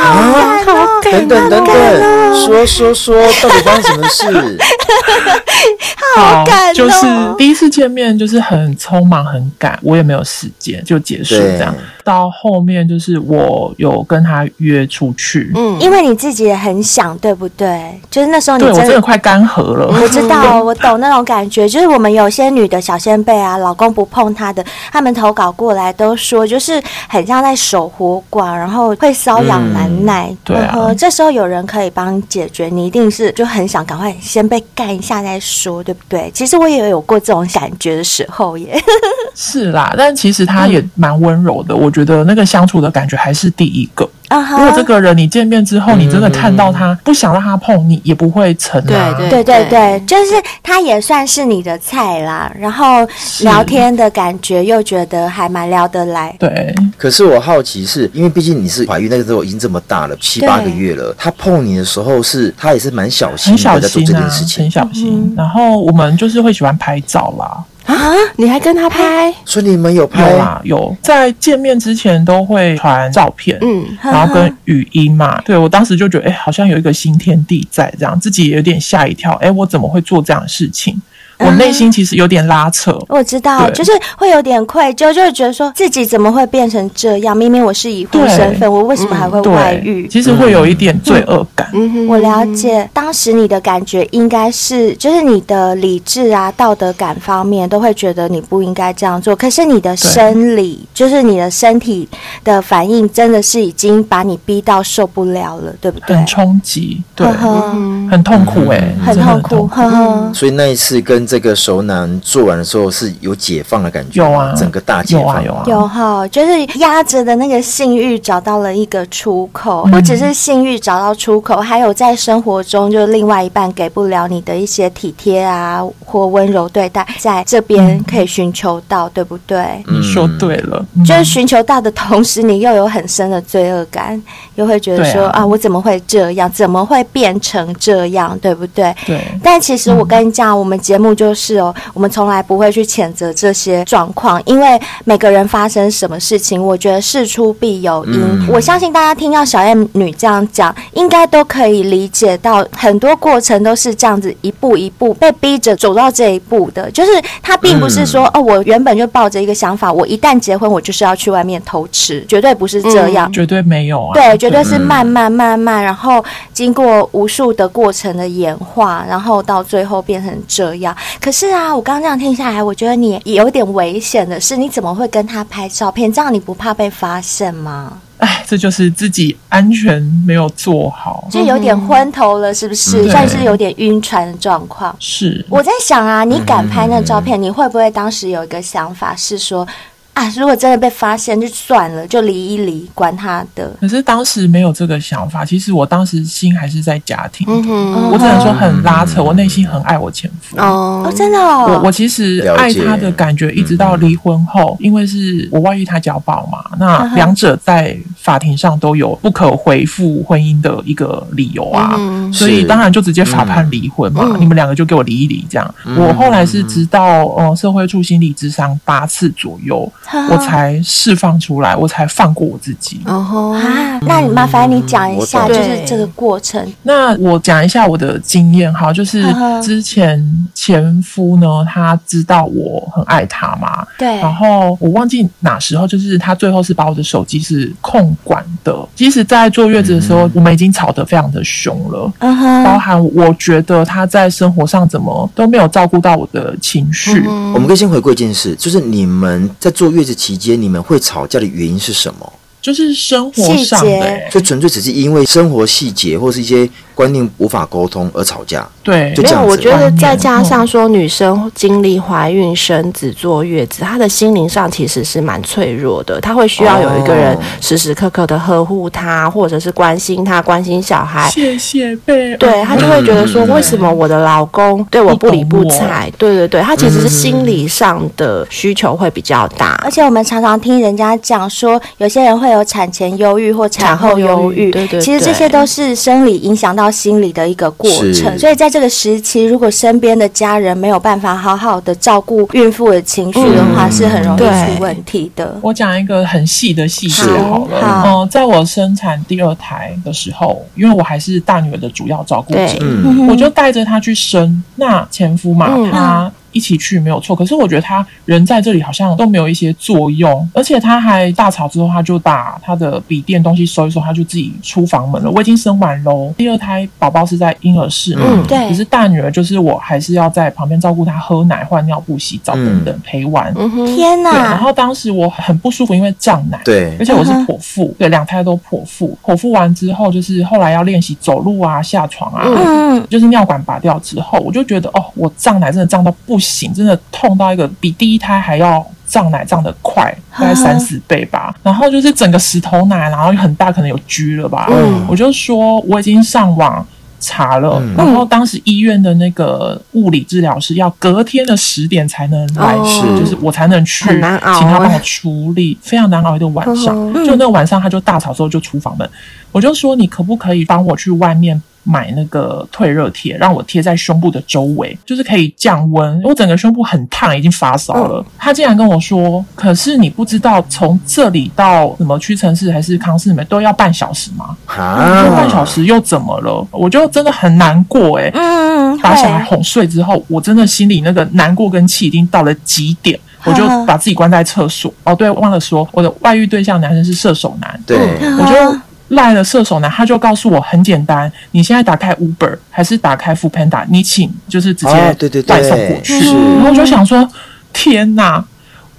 S4: 啊！
S2: 好感
S4: 等等等
S3: 啊
S4: 等，说说说，到底发生什么事？
S5: 好
S3: 感哦
S5: 就是第一次见面就是很匆忙很赶，我也没有时间就结束这样
S4: 对。
S5: 到后面就是我有跟他约出去，
S2: 嗯，
S3: 因为你自己也很想，对不对？就是那时候你
S5: 对我
S3: 真
S5: 真
S3: 的。
S5: 的
S3: 嗯
S5: 快干涸了。
S3: 我知道，我懂那种感觉，就是我们有些女的小先辈啊，老公不碰她的，他们投稿过来都说，就是很像在守活寡，然后会瘙痒难耐。
S5: 嗯对啊
S3: 呵呵这时候有人可以帮你解决，你一定是就很想赶快先被干一下再说，对不对？其实我也有过这种感觉的时候耶。
S5: 是啦，但其实他也蛮温柔的，我觉得那个相处的感觉还是第一个。
S3: 啊
S5: 如果这
S3: 哈，
S5: 个人你见面之
S4: 嗯
S5: 后，你真的看到他不想让他碰你，也不会成啊。
S2: 对
S3: 对对对，就是他也算是你的菜啦，然后聊天的感觉又觉得还蛮聊得来。
S5: 对
S4: 可是我好奇是，因为毕竟你是怀孕那个时候已经这么大了，七八个月了，他碰你的时候是，他也是蛮小心
S5: 很小
S4: 的在做这
S5: 心啊
S4: 件事，情
S5: 很，小心。然后我们就是会喜欢拍照啦，
S2: 啊，你还跟他
S3: 哎
S2: 拍？
S4: 所以你们有拍
S5: 啊有啊啦有，在见面之前都会传照片，
S2: 嗯，
S5: 然后跟语音嘛，对我当时就觉得，哎、好像有一个新天地在，这样自己也有点吓一跳，哎、我怎么会做这样的事情？我内心其实有点拉扯，
S3: 我知道，
S5: 对
S3: 就是会有点愧疚，就会觉得说自己怎么会变成这样？明明我是已婚
S5: 对
S3: 身份，我为什么还会外
S5: 对，
S3: 遇？
S5: 其实会有一点罪恶感。
S2: 嗯哼
S3: 我了解，当时你的感觉应该是，就是你的理智啊、道德感方面都会觉得你不应该这样做。可是你的生理，就是你的身体的反应，真的是已经把你逼到受不了了，对不对
S5: 很？冲击，对，嗯
S3: 呵呵
S5: 很痛苦哎、
S4: 嗯
S5: 真
S3: 嗯很
S5: 的
S3: 痛
S5: 很
S3: 苦，
S5: 苦。
S3: 呵呵。
S4: 所以那一次跟跟这个熟男做完的时候是有解放的感觉吗，
S5: 有啊
S4: 整个大解放，
S5: 有啊
S3: 有哈，就是压着的那个性欲找到了一个出口，
S5: 嗯
S3: 不只是性欲找到出口，还有在生活中，就另外一半给不了你的一些体贴啊或温柔对待，在这边可以寻求到，对不对？
S5: 你说对了，嗯
S3: 就是寻求到的同时，你又有很深的罪恶感，又会觉得说
S5: 对啊
S3: 啊，我怎么会这样？怎么会变成这样？对不对？
S5: 对。
S3: 但其实我跟你讲，我们节目就是哦，我们从来不会去谴责这些状况，因为每个人发生什么事情，我觉得事出必有因。
S4: 嗯
S3: 我相信大家听到小燕女这样讲，应该都可以理解到，很多过程都是这样子一步一步被逼着走到这一步的。就是她并不是说、哦，我原本就抱着一个想法，我一旦结婚，我就是要去外面偷吃，绝对不是这样。
S5: 绝对没有啊！
S3: 对，绝对是慢慢慢慢，然后经过无数的过程的演化，然后到最后变成这样。可是啊，我刚刚这样听下来，我觉得你也有点危险的是，你怎么会跟他拍照片？这样你不怕被发现吗？
S5: 哎，这就是自己安全没有做好。
S3: 就有点昏头了，是不是？
S5: 嗯
S3: 算是有点晕船的状况。
S5: 是，
S3: 我在想啊，你敢拍那照
S5: 嗯
S3: 片，你会不会当时有一个想法是说，啊，如果真的被发现就算了，就离一离，管他的。
S5: 可是当时没有这个想法。其实我当时心还是在家庭的，
S2: 嗯哼，
S5: 我只能说很拉扯。我内心很爱我前夫，
S2: 哦
S3: 哦哦，真的哦，
S5: 我我其实爱他的感觉，一直到离婚后，因为是我外遇，他家暴嘛，那两者在法庭上都有不可回复婚姻的一个理由啊。
S2: 嗯
S5: 所以
S4: 是
S5: 当然就直接法判离婚
S3: 嗯
S5: 嘛，你们两个就给我离一离这样。我后来是直到呃社会处心理智商八次左右，
S3: 啊
S5: 我才释放出来，我才放过我自己。
S2: 然后
S3: 啊，那你麻烦你讲一下，
S4: 我
S3: 就
S2: 懂
S3: 是这个过程。
S5: 那我讲一下我的经验哈，就是
S3: 呵呵
S5: 之前前夫呢，他知道我很爱他嘛，
S3: 对，
S5: 然后我忘记哪时候，就是他最后是把我的手机是控管的。即使在坐月子的时候，我们已经吵得非常的凶了。
S3: 嗯
S5: 包
S3: 哼，
S5: 含我觉得他在生活上怎么都没有照顾到我的情
S3: 嗯
S5: 绪，
S4: 我们可以先回归一件事，就是你们在坐月子期间，你们会吵架的原因是什么？
S5: 就是生活上
S3: 细节
S5: 的、欸
S4: 就纯粹只是因为生活细节或是一些观念无法沟通而吵架。
S5: 对
S4: 就
S2: 没
S4: 这样
S2: 有，
S4: 子哦
S2: 我觉得再加
S5: 观念
S2: 上说，女生经历怀孕、生子、坐月
S4: 嗯
S2: 子，她的心灵上其实是蛮脆弱的，她会需要有一个人
S4: 哦
S2: 时时刻刻的呵护她，或者是关心她、关心小孩。
S5: 谢谢贝尔，
S2: 对她就会觉得说，
S4: 嗯
S2: 为什么我的老公对我不理
S5: 不
S2: 不
S5: 懂我
S2: 睬？对对对，她其实是心理上的需求会比较大。
S3: 而且我们常常听人家讲说，有些人会有产前忧郁或产后忧郁，
S2: 产后忧郁对对
S3: 其实这些都是生理影响到心理的一个过程。
S4: 是
S3: 所以在这个时期，如果身边的家人没有办法好好的照顾孕妇的情绪的话，
S5: 嗯
S3: 是很容易
S2: 对
S3: 出问题的。
S5: 我讲一个很细的细节好了。
S3: 好
S5: 嗯、在我生产第二胎的时候，因为我还是大女儿的主要照顾者
S2: 对，
S4: 嗯，
S5: 我就带着她去生。那前夫嘛，
S2: 嗯
S5: 他一起去没有错，可是我觉得他人在这里好像都没有一些作用，而且他还大吵之后，他就把他的笔电东西收一收，他就自己出房门了。我已经生完喽，第二胎宝宝是在婴儿室嘛，
S2: 嗯
S3: 对
S5: 可是大女儿就是我还是要在旁边照顾她喝奶、换尿布、洗澡等等陪玩。
S2: 嗯哼，
S3: 天
S5: 对，然
S3: 哪！
S5: 后当时我很不舒服，因为胀奶。
S4: 对
S5: 而，且我是剖腹对，两胎都剖腹。剖腹完之后，就是后来要练习走路啊、下床啊，
S3: 嗯，
S5: 就是尿管拔掉之后，我就觉得哦，我胀奶真的胀到不行，真的痛到一个比第一胎还要胀奶胀得快，大
S2: 啊
S5: 概三四倍吧。然后就是整个石头奶，然后很大，可能有疽了吧。
S2: 嗯
S4: 哦
S5: 我就说我已经上网。查了，
S4: 嗯
S5: 然后当时医院的那个物理治疗师要隔天的十点才能来，
S2: 哦
S5: 是就是我才能去，
S2: 很难熬欸
S5: 请他帮我处理，非常难熬一个
S2: 嗯
S5: 晚上。就那个晚上，他就大吵之后就出房门，我就说你可不可以帮我去外面买那个退热贴，让我贴在胸部的周围，就是可以降温。我整个胸部很烫，已经发烧了。他竟然跟我说，可是你不知道从这里到什么屈臣氏还是康士美都要半小时吗？
S4: 啊
S5: 半小，时又怎么了？我就真的很难过欸诶、
S3: 嗯，
S5: 把小孩
S3: 会，
S5: 哄睡之后，我真的心里那个难过跟气已经到了极点，我就把自己关在厕所。哦，对，忘了说，我的外遇对象男生是射手男，
S4: 对，
S3: 嗯
S5: 我就赖了射手男，他就告诉我很简单，你现在打开 Uber 还是打开 f o o Panda，你请就是直
S4: 哦
S5: 接
S4: 对对对
S5: 代送过去。
S4: 是
S5: 然后我就想说，天哪，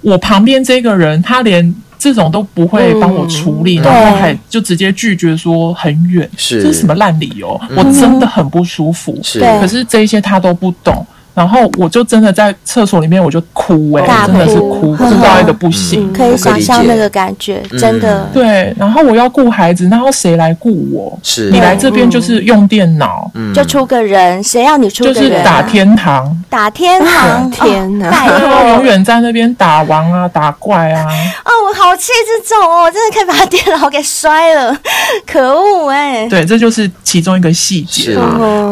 S5: 我旁边这个人他连。这种都不会帮我处理，
S4: 嗯
S5: 然后
S3: 对
S5: 还就直接拒绝说很远，
S4: 是嗯
S5: 这是什么烂理由？我真的很不舒服。
S4: 是
S3: 对
S5: 可是这一些他都不懂。然后我就真的在厕所里面我就哭哎、
S3: 大
S5: 欸，真的是
S3: 哭
S5: 哭，哭到一个不行。
S4: 嗯
S3: 可以想象那个感觉，
S4: 嗯
S3: 真的。
S5: 对，然后我要顾孩子，然后谁来顾我？
S4: 是
S5: 你来这边就是用电脑，
S4: 嗯
S3: 就出个人，谁要你出
S5: 就
S3: 个
S5: 是
S3: 人、啊？
S5: 打天堂，
S3: 打天哦堂，
S2: 对天哪
S3: 哪！
S4: 啊
S3: 拜
S5: 然后
S3: 托
S5: 永远在那边打王啊、打怪啊。
S3: 哦，我好气这种哦，真的可以把电脑给摔了， 可恶哎、
S5: 对，这就是其中一个细
S4: 是。
S5: 节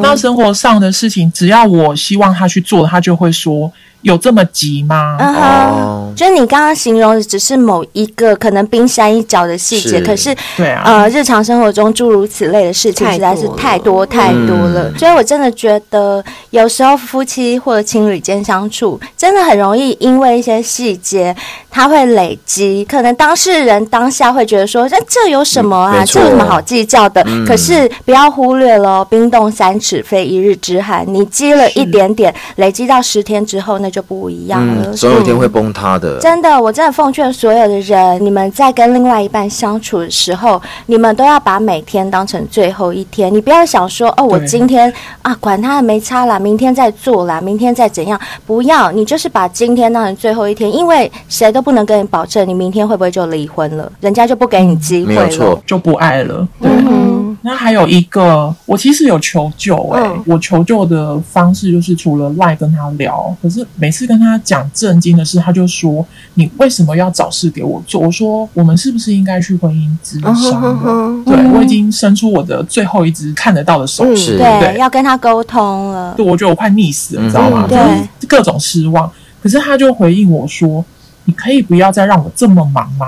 S5: 那生活上的事情，只要我希望他去做，他就会说：“有这么急吗？”
S3: 嗯哼，
S4: 哦，
S3: 就是你刚刚形容的只是某一个可能冰山一角的细节，
S4: 是
S3: 可是
S5: 对啊，
S3: 呃，日常生活中诸如此类的事情
S2: 太
S3: 实在是
S2: 多了
S3: 太多太多了，
S4: 嗯
S3: 所以我真的觉得有时候夫妻或者情侣间相处，真的很容易因为一些细节，它会累积。可能当事人当下会觉得说，那这有什么
S4: 嗯
S3: 啊？
S4: 没
S3: 这
S4: 错嗯
S3: 有什么好计较的？可是不要忽略喽，冰冻三尺非一日之寒，你积了一点点，累积到十天之后，那就不一样了。
S4: 嗯嗯，总有一天会崩塌的。
S3: 真的，我真的奉劝所有的人，你们在跟另外一半相处的时候，你们都要把每天当成最后一天。你不要想说哦，我
S5: 对
S3: 今天啊，管他没差啦，明天再做啦，明天再怎样，不要，你就是把今天当成最后一天，因为谁都不能跟你保证你明天会不会就离婚了，人家就不给你机会
S4: 没
S3: 了。
S4: 有错，，
S5: 就不爱了。
S2: 哦
S5: 对，
S3: 嗯
S5: 那还有一个，我其实有求救哎、
S3: 嗯
S5: 我求救的方式就是除了赖跟他聊，可是每次跟他讲正经的事，他就说你为什么要找事给我做？我说我们是不是应该去婚姻咨
S2: 嗯
S5: 商
S2: 哼
S5: 了？
S2: 哼哼
S5: 对我已经伸出我的最后一只看得到的手
S2: 嗯
S5: 指，
S4: 是
S3: 对，
S5: 对
S3: 要跟他沟通了。
S5: 对我觉得我快溺死了，你知道吗？
S4: 嗯
S3: 对
S5: 就是各种失望。可是他就回应我说：“你可以不要再让我这么忙吗？”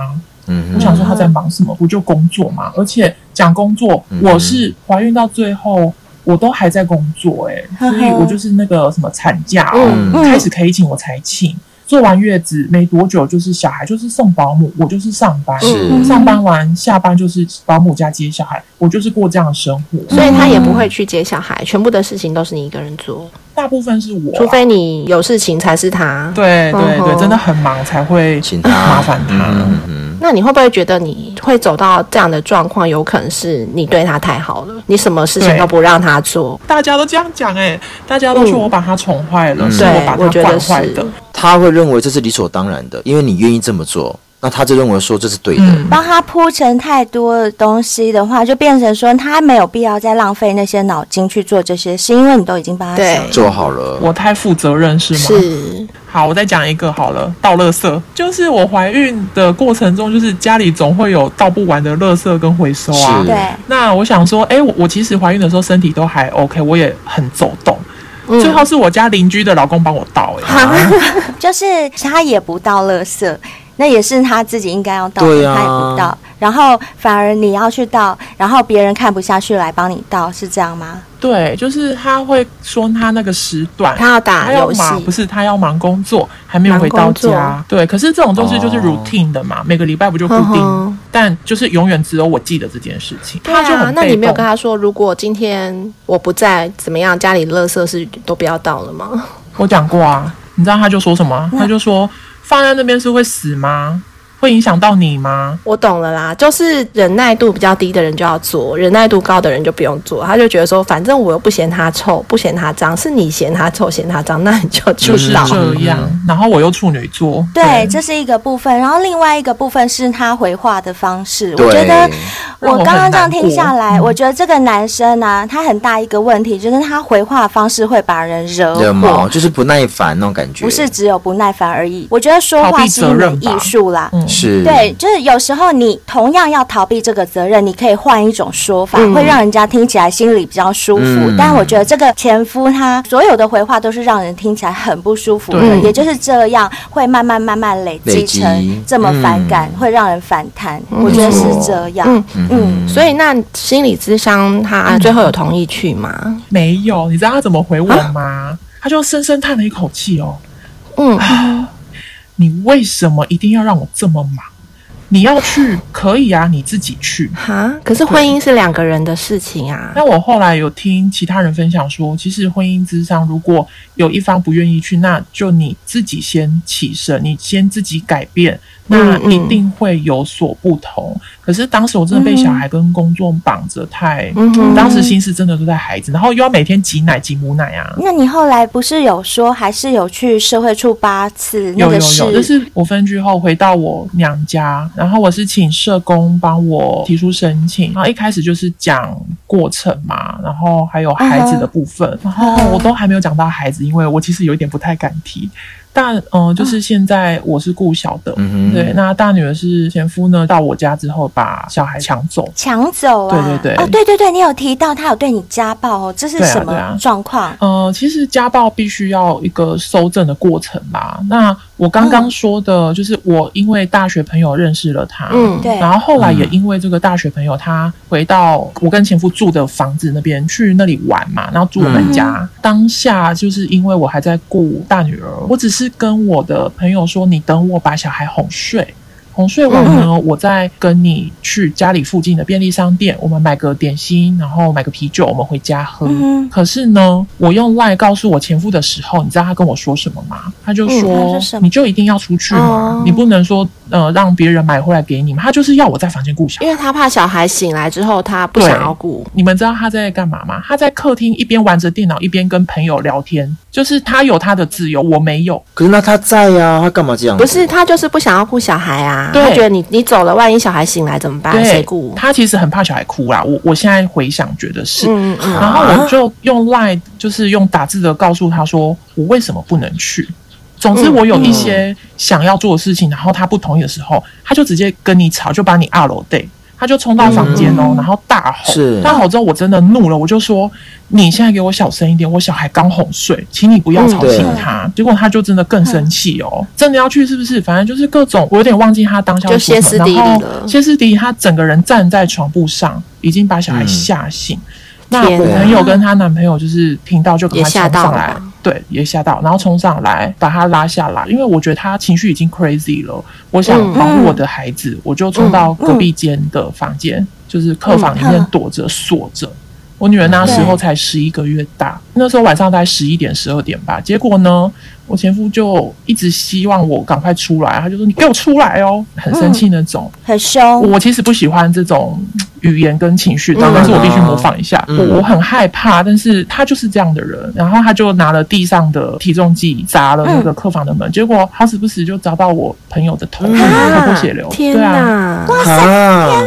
S4: 嗯哼，
S5: 我想说他在忙什么？不就工作嘛？而且讲工作
S4: 嗯，
S5: 我是怀孕到最后，我都还在工作、欸，
S3: 呵呵
S5: 所以我就是那个什么产假
S2: 嗯
S5: 哦，
S4: 嗯
S5: 开始可以请我才请。做完月子没多久，就是小孩就是送保姆，我就是上班，
S3: 嗯
S4: 是
S5: 上班完下班就是保姆家接小孩，我就是过这样的生
S4: 嗯
S5: 活。
S2: 所以他也不会去接小孩，全部的事情都是你一个人做，
S5: 大部分是我啊，
S2: 除非你有事情才是他。，
S5: 对对
S2: 嗯
S5: 对，
S2: 哼
S5: 真的很忙才会
S4: 请他
S5: 麻烦他。
S4: 嗯哼，
S2: 那你会不会觉得你会走到这样的状况，有可能是你对他太好了，你什么事情
S5: 对
S2: 都不让他做？
S5: 大家都这样讲哎、大家都说我把他宠坏了，
S4: 嗯
S5: 是
S2: 对
S5: 我把，
S2: 我
S5: 他
S2: 觉得
S5: 惯
S2: 是
S5: 坏的。
S4: 他会认为这是理所当然的，因为你愿意这么做，那他就认为说这是对的。
S5: 嗯
S3: 帮他铺成太多的东西的话，就变成说他没有必要再浪费那些脑筋去做这些事，因为你都已经帮他
S2: 对
S3: 想
S4: 做好了，
S5: 我太负责任是吗？
S2: 是，
S5: 好，我再讲一个好了，倒垃圾，就是我怀孕的过程中，就是家里总会有倒不完的垃圾跟回收啊
S4: 是。
S3: 对，
S5: 那我想说，哎、我我其实怀孕的时候身体都还 OK，我也很走动。
S2: 嗯
S5: 最后是我家邻居的老公帮我倒、哎、
S3: 就是他也不到垃圾，那也是他自己应该要倒
S4: 对
S3: 的，
S4: 啊
S3: 他也不倒，然后反而你要去倒，然后别人看不下去来帮你倒，是这样吗？
S5: 对，就是他会说他那个时段，
S2: 他要打
S5: 他要
S2: 游戏，
S5: 忙，不是他要忙工作，还没有回
S2: 忙
S5: 到
S2: 工作
S5: 家。对，可是这种东西就是
S4: 哦
S5: routine 的嘛，每个礼拜不就固定？
S2: 哼哼
S5: 但就是永远只有我记得这件事情，
S2: 对
S5: 他就
S2: 啊，
S5: 很
S2: 那你没有跟
S5: 他
S2: 他说，如果今天我不在，怎么样？家里垃圾是都不要倒了吗？
S5: 我讲过啊，你知道他就说什么啊？他就说放在那边是会死吗？会影响到你吗？
S2: 我懂了啦，就是忍耐度比较低的人就要做，忍耐度高的人就不用做。他就觉得说，反正我又不嫌它臭，不嫌它脏，是你嫌它臭，嫌它脏，那你就去
S5: 嗯就是
S2: 倒。
S5: 这样。然后我又处女座，
S3: 对，这是一个部分，然后另外一个部分是他回话的方式，我觉
S4: 对
S3: 得
S5: 让
S3: 我
S5: 我
S3: 刚刚
S5: 很
S3: 这样
S5: 难
S3: 听
S5: 过
S3: 下来，我觉得这个男生呢、他很大一个问题就是他回话的方式会把人惹
S4: 惹毛
S3: 火，
S4: 就是不耐烦那种感
S3: 呃
S4: 觉，
S3: 不是只有不耐烦而已。我觉得说
S5: 逃
S3: 话
S5: 避
S3: 是
S5: 责
S3: 一门
S5: 任吧
S3: 艺术啦。
S5: 嗯，
S4: 是，
S3: 对，就是有时候你同样要逃避这个责任，你可以换一种说法，
S5: 嗯
S3: 会让人家听起来心里比较舒服。
S4: 嗯
S3: 但我觉得这个前夫他所有的回话都是让人听起来很不舒服的，
S5: 对
S3: 也就是这样会慢慢慢慢累
S4: 累
S3: 积
S4: 积
S3: 成这么反感，
S4: 嗯
S3: 会让人反弹。
S5: 嗯
S3: 我觉得是这样。
S2: 嗯
S4: 嗯
S3: 嗯
S4: 哼，
S2: 所以那心理咨商他最后有同意去吗？
S5: 没有。你知道他怎么回我吗？他就深深叹了一口气哦，
S2: 嗯，
S5: 你为什么一定要让我这么忙？你要去可以啊，你自己去。
S2: 哈，可是婚姻是两个人的事情啊。
S5: 那我后来有听其他人分享说，其实婚姻之上，如果有一方不愿意去，那就你自己先起身，你先自己改变，那
S2: 嗯嗯
S5: 一定会有所不同。可是当时我真的被小孩跟工作绑着，太、
S2: 嗯哼
S5: 当时心思真的都在孩子，然后又要每天挤奶挤母奶啊。
S3: 那你后来不是有说，还是有去社会处八次？那
S5: 有
S3: 个
S5: 有
S3: 是
S5: 有，就是我分居后回到我娘家，然后我是请社工帮我提出申请，然后一开始就是讲过程嘛，然后还有孩子
S3: 嗯
S5: 的部分然后我都还没有讲到孩子，因为我其实有一点不太敢提。但嗯、呃就是现在我是顾小的，
S4: 嗯哼
S5: 对，那大女儿是前夫呢，到我家之后把小孩抢走，
S3: 抢走啊！
S5: 对对对
S3: 哦，对对对，你有提到他有对你家暴哦，这是
S5: 对啊
S3: 什
S5: 对
S3: 么
S5: 啊
S3: 状况？
S5: 呃，其实家暴必须要一个搜证的过程啦。那我
S3: 嗯
S5: 刚刚说的，就是我因为大学朋友认识了他，
S2: 嗯
S3: 对
S5: 然后后来也
S4: 嗯
S5: 因为这个大学朋友，他回到我跟前夫住的房子那边去那里玩嘛，然后住我们家。当下就是因为我还在顾大女儿，我只是跟我的朋友说，你等我把小孩哄睡。哄睡完呢，我再跟你去家里附近的便利商店，我们买个点心，然后买个啤酒，我们回家喝。
S3: 嗯哼
S5: 可是呢，我用赖告诉我前夫的时候，你知道他跟我说什么吗？他就
S3: 嗯
S5: 说
S3: 他说：“什么
S5: 你就一定要出去嘛，
S2: 哦
S5: 你不能说呃让别人买回来给你嘛。”他就是要我在房间顾小孩
S2: 因为他怕小孩醒来之后他不
S5: 对
S2: 想要顾，
S5: 你们知道他在干嘛吗？他在客厅一边玩着电脑，一边跟朋友聊天。就是他有他的自由，我没有。
S4: 可是那他在呀、他干嘛这样？啊
S2: 不是，他就是不想要顾小孩啊，
S5: 对
S2: 他觉得你你走了，万一小孩醒来怎么办？谁
S5: 对
S2: 顾，？
S5: 他其实很怕小孩哭啦。我我现在回想，觉得是。
S2: 嗯嗯
S5: 然后我就用 line，就是用打字的告诉他说，我为什么不能去。总之，
S2: 嗯
S5: 我有一些想要做的事情，然后他不同意的时候，他就直接跟你吵，就把你二楼 day，他就冲到房间哦，
S2: 嗯
S5: 然后大吼
S4: 是，
S5: 大吼之后我真的怒了，我就说你现在给我小声一点，我小孩刚哄睡，请你不要吵
S2: 嗯
S5: 醒他。结果他就真的更生气哦，真的要去是不是？反正就是各种，我有点忘记他当下
S2: 就
S5: 说
S2: 歇
S5: 什
S2: 斯
S5: 么
S2: 底里
S5: 然后
S2: 了
S5: 歇斯底里，他整个人站在床铺上，已经把小孩
S4: 嗯
S5: 吓醒。那
S2: 天
S5: 我
S2: 哪
S5: 朋友跟她男朋友就是听到就赶
S2: 也
S5: 快
S2: 吓
S5: 冲
S2: 到
S5: 上
S2: 了
S5: 来
S2: 吧，
S5: 对，也吓到，然后冲上来把他拉下来，因为我觉得他情绪已经 crazy 了，我想
S2: 嗯
S5: 保护我的孩子，我就冲到隔壁间的房间，就是
S2: 嗯
S5: 客房里面躲着锁着。我女儿那时候才十一个月大，那时候晚上大概十一点、十二点吧。结果呢，我前夫就一直希望我赶快出来，他就说：“你给我出来哦！”很生
S2: 嗯
S5: 气那种。
S3: 很
S2: 哦
S3: 凶，
S5: 我其实不喜欢这种嗯语言跟情绪的，
S2: 嗯
S5: 但是我必须模仿一下。
S4: 嗯
S5: 我我很害怕，但是他就是这样的人。然后他就拿了地上的体重计砸了那个客房的
S2: 嗯
S5: 门，结果好死不死就砸到我朋友的头，头破血流。
S2: 天
S5: 对啊，
S2: 哪！
S4: 啊，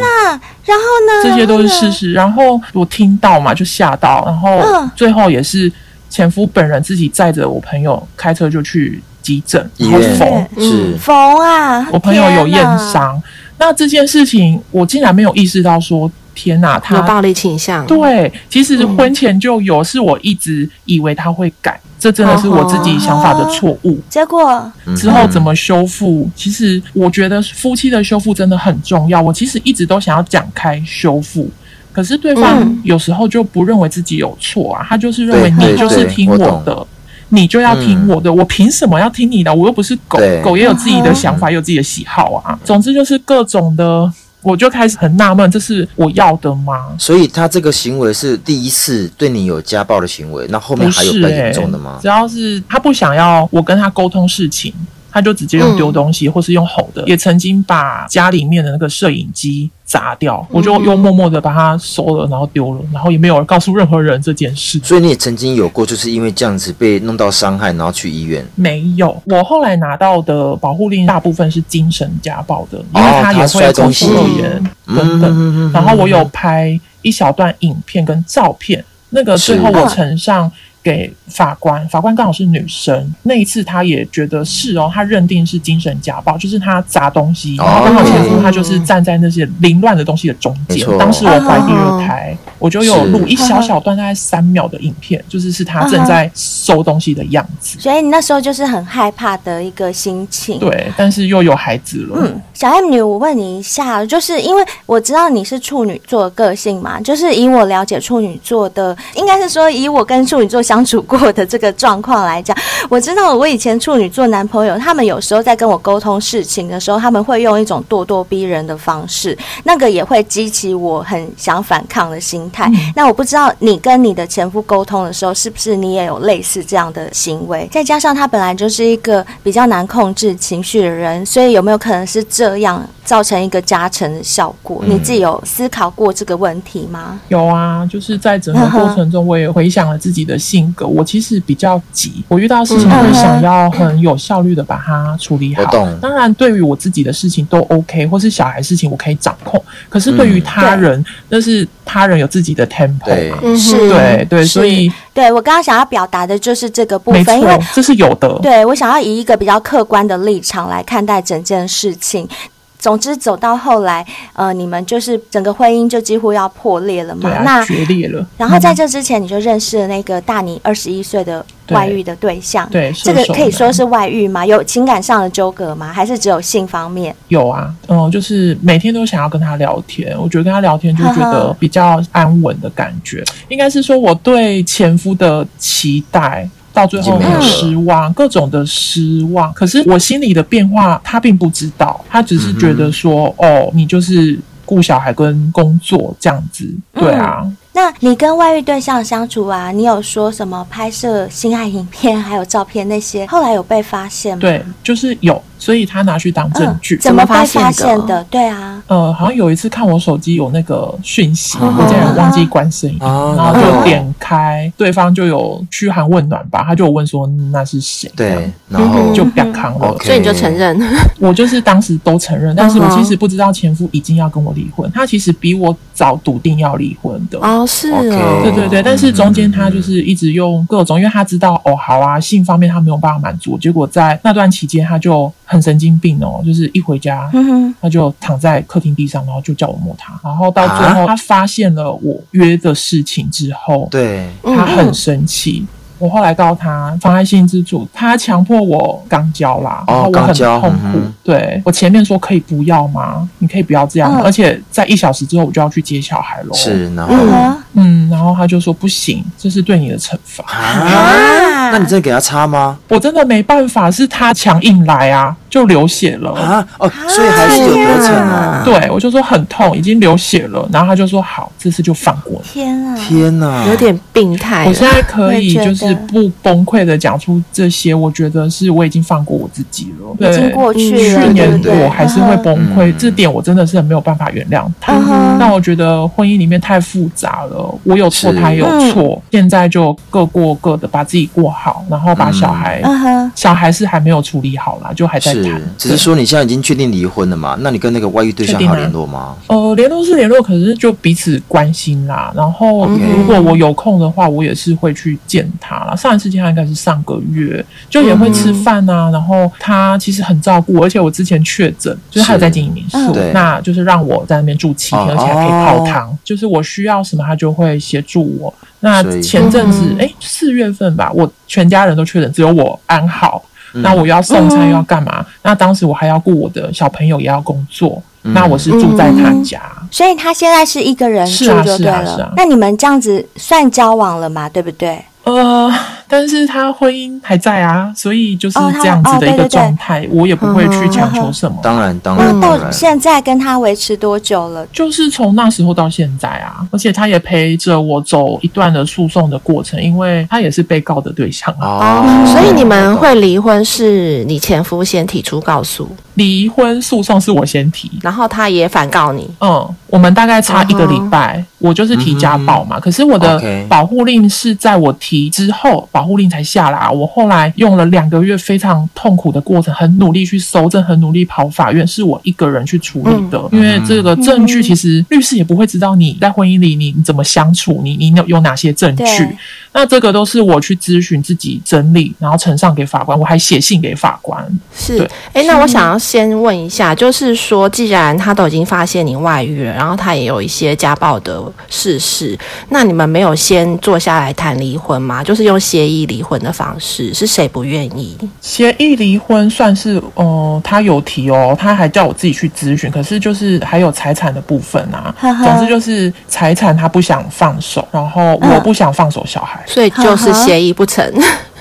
S3: 然后呢？
S5: 这些都是事
S3: 然后呢
S5: 实。然后我听到嘛，就吓到，然后
S3: 嗯
S5: 最后也是前夫本人自己载着我朋友开车就去急诊，
S4: 医
S5: 然后
S4: 院
S5: 缝。
S3: 嗯
S4: 是，嗯
S3: 缝啊！
S5: 我朋友有
S3: 天
S5: 验
S3: 哪，
S5: 伤，那这件事情我竟然没有意识到说，天哪，
S2: 有
S5: 他
S2: 暴力倾向，
S5: 对，其实婚前就有，是我一直以为他会改，这真的是我自己想法的错误。
S3: 结果
S4: 嗯
S5: 之后怎
S4: 么？
S5: 么修复？其实我觉得夫妻的修复真的很重要。我其实一直都想要讲开修复，可是对方
S2: 嗯
S5: 有时候就不认为自己有错啊，他就是认为
S4: 对
S5: 你就是
S4: 对对
S5: 听
S4: 我
S5: 我
S4: 懂嗯
S5: 的。你就要听我的，我凭什么要听你的？我又不是狗
S4: 对，
S5: 狗也有自己的想法，也有自己的喜好啊。总之就是各种的，我就开始很纳闷，这是我要的吗？
S4: 所以他这个行为是第一次对你有家暴的行为，那后面
S5: 不
S4: 还有
S5: 是
S4: 比较
S5: 欸，
S4: 严重的吗
S5: 只？要是他不想要我跟他沟通事情，他就直接用丢东西、或是用吼的。也曾经把家里面的那个摄影机砸掉，我就又默默的把它收了，然后丢了，然后也没有告诉任何人这件事。
S4: 所以你也曾经有过，就是因为这样子被弄到伤害，然后去医院。
S5: 没有，我后来拿到的保护令大部分是精神家暴的，因为
S4: 哦
S5: 他也
S4: 他摔
S5: 会口
S4: 东
S5: 出
S4: 西
S5: 恶言等等。
S4: 嗯
S5: 然后我有拍一小段影片跟照片，那个最后
S4: 是
S5: 我呈上给法官，法官刚好是女生，那一次她也觉得是哦，她认定是精神家暴，就是她砸东西，
S4: 哦
S5: 然后刚好前夫
S2: 嗯
S5: 他就是站在那些凌乱的东西的中
S4: 没
S5: 间
S4: 错。
S5: 当时我怀第二胎，我就有录
S4: 是
S5: 一小小段大概三秒的影片，就是是她正
S4: 啊
S5: 在收东西的样子。
S3: 所以你那时候就是很害怕的一个心情。
S5: 对，但是又有孩子了，
S3: 嗯，小 M 女，我问你一下，就是因为我知道你是处女座的个性嘛，就是以我了解处女座的，应该是说以我跟处女座相相处过的这个状况来讲，我知道我以前处女座男朋友，他们有时候在跟我沟通事情的时候，他们会用一种咄咄逼人的方式，那个也会激起我很想反抗的心态。那我不知道你跟你的前夫沟通的时候，是不是你也有类似这样的行为？再加上他本来就是一个比较难控制情绪的人，所以有没有可能是这样造成一个加成的效果？你自己有思考过这个问题吗？
S5: 有啊，就是在整个过程中，我也回想了自己的性格。我其实比较急，我遇到事情
S2: 嗯
S5: 会想要很有效率的把它处理好
S4: 我懂。
S5: 当然，对于我自己的事情都 OK，或是小孩事情我可以掌控。可是对于他人，那是他人有自己的 tempo
S4: 嗯对
S5: 嘛。
S2: 嗯哼
S3: 是
S5: 对对，
S3: 是
S5: 所以
S3: 对我刚刚想要表达的就是这个部
S5: 没错
S3: 分，因为，
S5: 这是有的。
S3: 对我想要以一个比较客观的立场来看待整件事情。总之，走到后来，呃，你们就是整个婚姻就几乎要破裂了嘛。
S5: 对啊，
S3: 那
S5: 决裂了。嗯
S3: 然后在这之前，你就认识了那个大你二十一岁的外遇的对象。
S5: 对
S3: 这个
S5: 射手
S3: 可以
S5: 男
S3: 说是外遇吗？有情感上的纠葛吗？还是只有性方面？
S5: 有啊，嗯，就是每天都想要跟他聊天，我觉得跟他聊天就觉
S3: 呵
S5: 得
S3: 呵
S5: 比较安稳的感觉。应该是说我对前夫的期待。到最后
S4: 已经没有
S5: 很
S4: 了
S5: 失望，各种的失望。可是我心里的变化，他并不知道，他只是觉得说，哦，你就是顾小孩跟工作这样子，对啊，
S3: 那你跟外遇对象相处啊，你有说什么拍摄性爱影片还有照片那些，后来有被发现吗？嗯
S5: 对，就是有，所以他拿去当证据。
S3: 怎么被发
S2: 怎么发
S3: 现
S2: 现
S3: 的
S2: 的？
S3: 对啊，
S5: 呃，好像有一次看我手机有那个讯息，
S4: 嗯
S5: 我竟然忘记关声音，
S4: 啊
S5: 然后
S2: 哦
S5: 就点开，对方就有嘘寒问暖吧，他就有问说嗯那是谁，
S4: 对，然
S5: 这
S4: 后
S5: 样就不要扛了。
S4: OK
S2: 所以你就承认，
S5: 我就是当时都承认，但是我
S2: 嗯哼
S5: 其实不知道前夫已经要跟我离婚，他其实比我早笃定要离婚的。
S2: 哦，是
S4: OK
S5: 对
S2: 哦，
S5: 对对，但是中间他
S4: 嗯
S5: 就是一直用各种，因为他知道哦，好啊，性方面他没有办法满足，结果在那段期间他就很神经病哦，就是一回家
S3: 嗯哼，
S5: 他就躺在客厅地上，然后就叫我摸他。然后到最后，
S4: 啊
S5: 他发现了我约的事情之后，
S4: 对，
S5: 他
S4: 嗯
S5: 很生气。我后来告他妨碍性自主，他强迫我肛交啦，
S4: 哦
S5: 然后我
S4: 肛
S5: 很
S4: 交
S5: 痛
S4: 嗯
S5: 苦。
S4: 哼
S5: 对我前面说可以不要吗？你可以不要这样，
S3: 嗯
S5: 而且在一小时之后我就要去接小孩喽。，
S4: 是，然
S3: 嗯
S4: 后
S3: 哼，
S5: 嗯，然后他就说不行，这是对你的惩罚。
S4: 啊，
S3: 啊
S4: 那你真的给他插吗？
S5: 我真的没办法，是他强硬来啊，就流血了。
S4: 啊，哦，所以还是有得逞哦。
S5: 对，我就说很痛，已经流血了，然后他就说好，这次就放过你。
S3: 天啊，
S4: 天哪，
S2: 有点病
S4: 哎
S2: 态
S5: 我
S2: 了。
S5: 现在可以
S3: 我也觉
S5: 就
S3: 得
S5: 是不崩溃的讲出这些，我觉得是我已经放过我自己了。对，
S3: 已经过去了，
S5: 去
S3: 对不
S5: 年
S3: 对？
S5: 我还是会崩溃
S4: 嗯，
S5: 这点我真的是很没有办法原谅他
S3: 嗯哼。
S5: 那我觉得婚姻里面太复杂了，我有错，
S4: 是
S5: 他也
S3: 嗯
S5: 有错，现在就各过各的，把自己过好，然后把小孩，
S3: 嗯哼，
S5: 小孩是还没有处理好啦，就还在谈
S4: 是。，只是说你现在已经确定离婚了嘛？那你跟那个外遇对象
S5: 确定
S4: 还
S5: 啊
S4: 有联络吗？
S5: 呃，联络是联络，可是就彼此关心啦。然后
S4: OK
S5: 如果我有空的话，我也是会去见他啦。上一次见他应该是上个月，就也会吃饭
S4: 嗯
S5: 啊。然后他其实很照顾我，而且我之前确诊，就是他有在经营民
S3: 嗯
S5: 宿
S4: 对，
S5: 那就是让我在那边住七天，
S4: 哦
S5: 而且还可以泡汤，就是我需要什么他就会协助我。那
S4: 所以
S5: 前阵子
S2: 嗯，
S5: 哎，四月份吧，我全家人都确诊，只有我安好。
S4: 嗯
S5: 那我又要送餐
S3: 嗯
S5: 又要干嘛？那当时我还要顾我的小朋友，也要工作。
S4: 嗯
S5: 那我是住在他家，
S3: 所以他现在是一个人住
S5: 是啊
S3: 就对了。
S5: 是啊是啊
S3: 那你们这样子算交往了嘛？对不对？
S5: 呃，但是他婚姻还在啊，所以就是
S3: 哦他
S5: 这样子的一
S3: 哦对对对嗯
S5: 个状态，我也不会去强求什么。
S4: 当然当然
S5: 嗯
S3: 那
S4: 当
S3: 到
S4: 然，
S3: 现在跟他维持多久了？
S5: 就是从那时候到现在啊，而且他也陪着我走一段的诉讼的过程，因为他也是被告的对象啊。
S4: 哦，
S2: 所以你们会离婚是你前夫先提出告诉，
S5: 离婚诉讼是我先提，
S2: 然后他也反告你。
S5: 嗯，我们大概差一个礼拜，我就是提家暴嘛。可是我的
S4: OK
S5: 保护令是在我提之后，保护令才下来啊。我后来用了两个月非常痛苦的过程，很努力去搜证，很努力跑法院，是我一个人去处理的。因为这个证据，其实律师也不会知道你在婚姻里你你怎么相处，你你有有哪些证
S3: 对
S5: 据。那这个都是我去咨询自己整理，然后呈上给法官，我还写信给法官。
S2: 是
S5: 对，
S2: 哎，那我想要先问一下，就是说，既然他都已经发现你外遇了，然后他也有一些家暴的事实，那你们没有先坐下来谈离婚吗？就是用协议离婚的方式，是谁不愿意？
S5: 协议离婚算是，呃，他有提哦，他还叫我自己去咨询，可是就是还有财产的部分啊，
S3: 呵呵
S5: 总之就是财产他不想放手，然后我
S3: 嗯
S5: 不想放手小孩，
S2: 所以就是协议不成。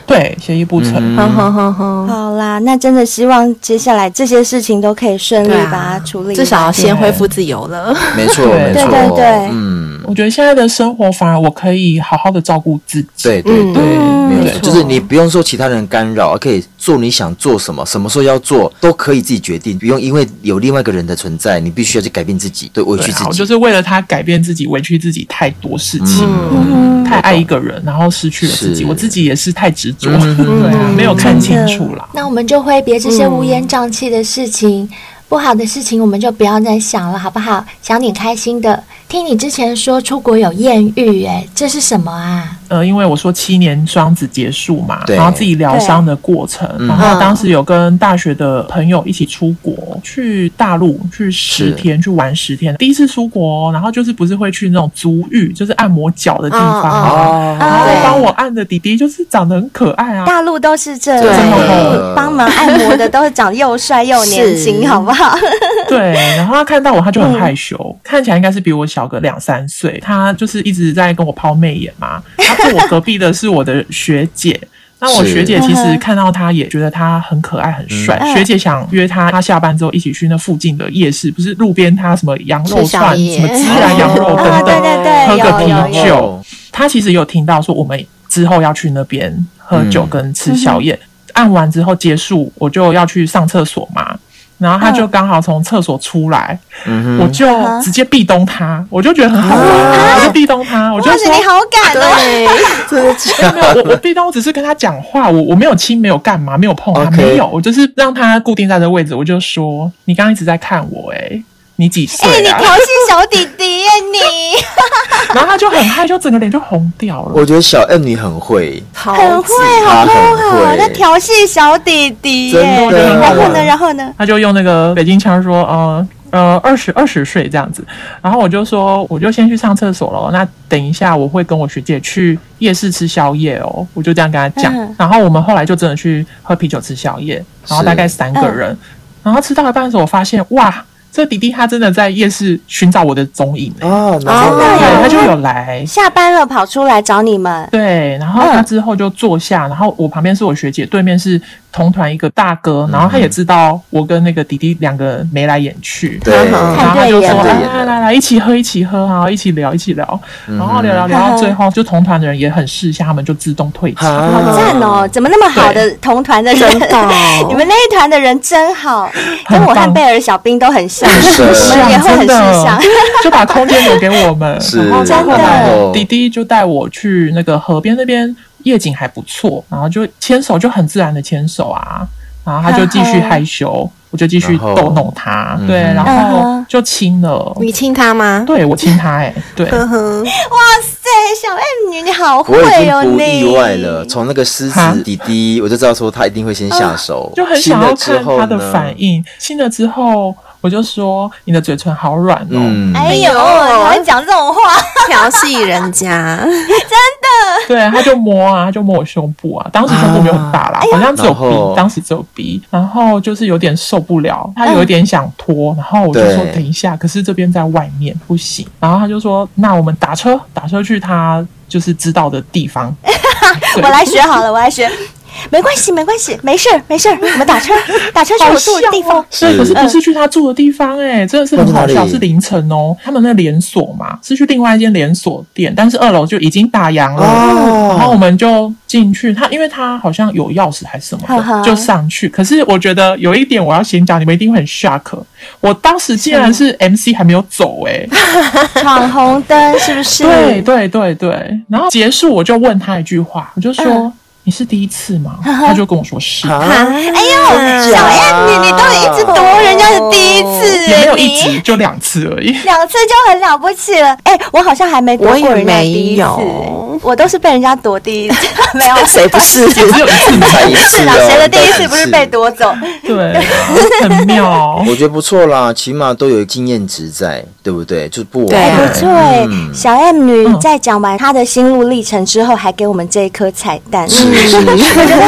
S5: 对，协议不成。
S4: 嗯
S2: 哼哼哼哼，
S3: 好啦，那真的希望接下来这些事情都可以顺利
S2: 对
S3: 把它
S2: 啊
S3: 处理完，
S2: 至少先恢复自由了。
S4: 没错，没
S5: 对
S4: 错，
S3: 对对对
S4: 嗯，
S5: 我觉得现在的生活反而我可以好好的照顾自己。
S4: 对对对，
S3: 嗯
S4: 没有
S5: 没
S4: 错，就
S5: 错
S4: 是你不用受其他人干扰，而可以做你想做什么，什么时候要做都可以自己决定，不用因为有另外一个人的存在，你必须要去改变自己，对，委屈
S5: 对
S4: 自
S5: 啊，我
S4: 己，
S5: 就是为了他改变自己，委屈自己太多事情了，
S3: 嗯
S5: 太爱一个人，然后失去了自己。
S4: 是
S5: 我自己也是太执着，
S4: 嗯
S5: 对啊，没有看清楚啦。
S6: 那我们就挥别这些乌烟瘴气的事情，不好的事情我们就不要再想了，好不好？想点开心的。听你之前说出国有艳遇、哎，这是什么啊？
S5: 呃，因为我说七年双子结束嘛，
S4: 对
S5: 然后自己疗伤的过程，然后当时有跟大学的朋友一起出国，去大陆去十天，去玩十天，第一次出国哦，然后就是不是会去那种足浴，就是按摩脚的地方嘛，
S4: 哦，
S5: 然后
S3: 啊对
S5: 帮我按的弟弟就是长得很可爱啊，
S3: 大陆都是这
S2: 对
S3: 样
S4: 对，
S3: 帮忙按摩的都是长又帅又年轻，
S2: 是
S3: 好不好？
S5: 对，然后他看到我，他就
S3: 嗯
S5: 很害羞，看起来应该是比我小个两三岁。他就是一直在跟我抛媚眼嘛。他坐我隔壁的是我的学 姐，那我
S4: 是
S5: 学姐其
S3: 嗯
S5: 实
S3: 哼
S5: 看到他也觉得他很可爱很帅。
S3: 嗯
S5: 学姐想约他，他下班之后一起去那附近的夜市，不是路边摊什么羊肉
S2: 吃宵
S5: 串、
S2: 夜
S5: 什么孜然羊肉
S4: 哦
S5: 等
S3: 啊，
S5: 等
S3: 对。对对，
S5: 喝个啤
S3: 有有有。
S5: 酒，他其实有听到说我们之后要去那边喝酒
S4: 嗯
S5: 跟吃宵夜，按完之后结束，我就要去上厕所嘛。然后他就刚好从厕所出来，
S4: 嗯哼
S5: 我就
S3: 嗯啊
S5: 直接壁咚他，我就觉得很好玩，我就壁咚他，我就
S3: 哇
S5: 说
S3: 塞，你好敢哦！
S2: 对，
S5: 没有，我我壁咚，我只是跟他讲话，我我没有亲，没有干嘛，没有碰他
S4: OK
S5: 没有，我就是让他固定在这位置，我就说你刚刚一直在看我、哎，你几岁
S3: 哎、你
S5: 啊？
S3: 调戏小弟弟耶你，
S5: 然后他就很害羞，整个脸就红掉了。
S4: 我觉得小 M 你很会，
S2: 好
S3: 很会 好
S4: 他
S3: 不好？
S4: 很
S3: 在
S4: 会，
S3: 调戏小弟弟耶。
S4: 真
S5: 的
S3: 然后呢，然后呢？
S5: 他就用那个北京腔说，呃呃，二十二十岁这样子。然后我就说，我就先去上厕所了。那等一下我会跟我学姐去夜市吃宵夜哦，我就这样跟他讲。
S3: 嗯
S5: 然后我们后来就真的去喝啤酒吃宵夜，然后大概三个人。然后吃到一半的时候，我发现哇，这弟弟他真的在夜市寻找我的踪影、欸，
S4: 啊，然
S3: 哦
S4: 后
S5: 对，
S4: 呢
S5: 他就有来。
S3: 下班了跑出来找你们，
S5: 对，然后他之后就坐下，然后我旁边是我学姐，对面是同团一个大
S4: 嗯
S5: 哥，然后他也知道我跟那个弟弟两个眉来眼去，
S4: 对，
S2: 嗯
S5: 然后他就说
S4: 看对眼嗯了
S5: 来来来来，一起喝一起喝啊，一起聊一起聊，然后聊聊聊到最后，就同团的人也很识相，他们就自动退场。
S3: 好
S4: 啊
S3: 赞哦！怎么那么好的同团的
S2: 真？
S3: 人
S2: 的
S3: 你们那一团的人真好，跟我
S5: 很棒
S3: 和贝尔小兵都很像，
S4: 是
S3: 我们也会
S5: 真
S3: 很识
S5: 的哦
S3: 相。
S5: 就把空间留给我们。
S4: 是
S5: 然后
S4: 真
S5: 后
S3: 的
S5: 来弟弟就带我去那个河边那边，夜景还不错，然后就牵手就很自然的牵手啊，然后他就继续害
S3: 哦
S5: 羞，我就继续逗弄他
S4: 然后，
S5: 对，
S4: 嗯哼
S5: 然
S3: 嗯
S5: 后
S3: 哼
S5: 就亲了。
S2: 你亲他吗？
S5: 对，我亲他哎、对，
S3: 嗯哇塞，小 M 女你好
S4: 我已
S3: 会哦，
S4: 经不
S3: 你
S4: 意外了，从那个狮
S5: 哈
S4: 子弟弟，我就知道说他一定会先下手，
S5: 就很想要
S4: 亲了之
S5: 看
S4: 后
S5: 他
S4: 呢
S5: 的反，应。亲了之后，我就说你的嘴唇好软哦。
S4: 嗯，
S3: 哎呦，
S2: 哎呦
S3: 我会讲这种话，
S2: 调戏人家，
S5: 对，他就摸啊，他就摸我胸部啊，当时胸部没有很大啦，好像只有
S4: 然后
S5: B，当时只有 B，然后就是有点受不了，他有一点想脱，然后我就说
S4: 对
S5: 等一下，可是这边在外面不行，然后他就说那我们打车，打车去他就是知道的地方，对
S3: 我来学好了，我来学。没关系，没关系，没事儿，没事儿，我们打 车，打车去
S5: 好
S3: 我住的
S5: 像
S3: 地
S5: 哦
S3: 方。，
S5: 对，
S4: 是
S5: 可是不是去他住的地方、哎、真的是很好
S4: 那是哪
S5: 笑，
S4: 里
S5: 是凌晨哦，他们那连锁嘛，是去另外一间连锁店，但是二楼就已经打烊了，
S4: 哦
S5: 然后我们就进去，他因为他好像有钥匙还是什么的，
S3: 呵呵
S5: 就上去。可是我觉得有一点我要先讲，你们一定会很 shock，我当时竟然是 MC 还没有走、哎。
S3: 闯红灯是不是？
S5: 对对对对，然后结束我就问他一句话，我就说、
S3: 嗯
S5: 你是第一次吗？他就跟我说是，
S3: 哎呦，小燕，你你都一直读，人家是第一
S2: 哦
S3: 次，
S5: 也没有
S3: 你
S5: 一直，就两次而已。
S3: 两次就很了不起了。哎，我好像还没躲
S2: 我
S3: 过
S2: 也
S3: 人家
S2: 没
S3: 第一次
S2: 有，
S3: 我都是被人家躲第一 次，没有。
S2: 谁不 是？
S5: 只有一 次
S4: 才一次
S3: 是啦， 谁的第一
S4: 但
S3: 次不是被夺走？
S5: 对啊，很 妙。
S4: 我觉得不错啦，起码都有经验值在，对不对？就不
S2: 对
S3: 哎，
S2: 啊
S4: 完。
S3: 不错哎、
S4: 嗯
S3: 小 M 女在讲完她的心路历程之后，还给我们这一颗彩蛋。
S2: 嗯
S3: 我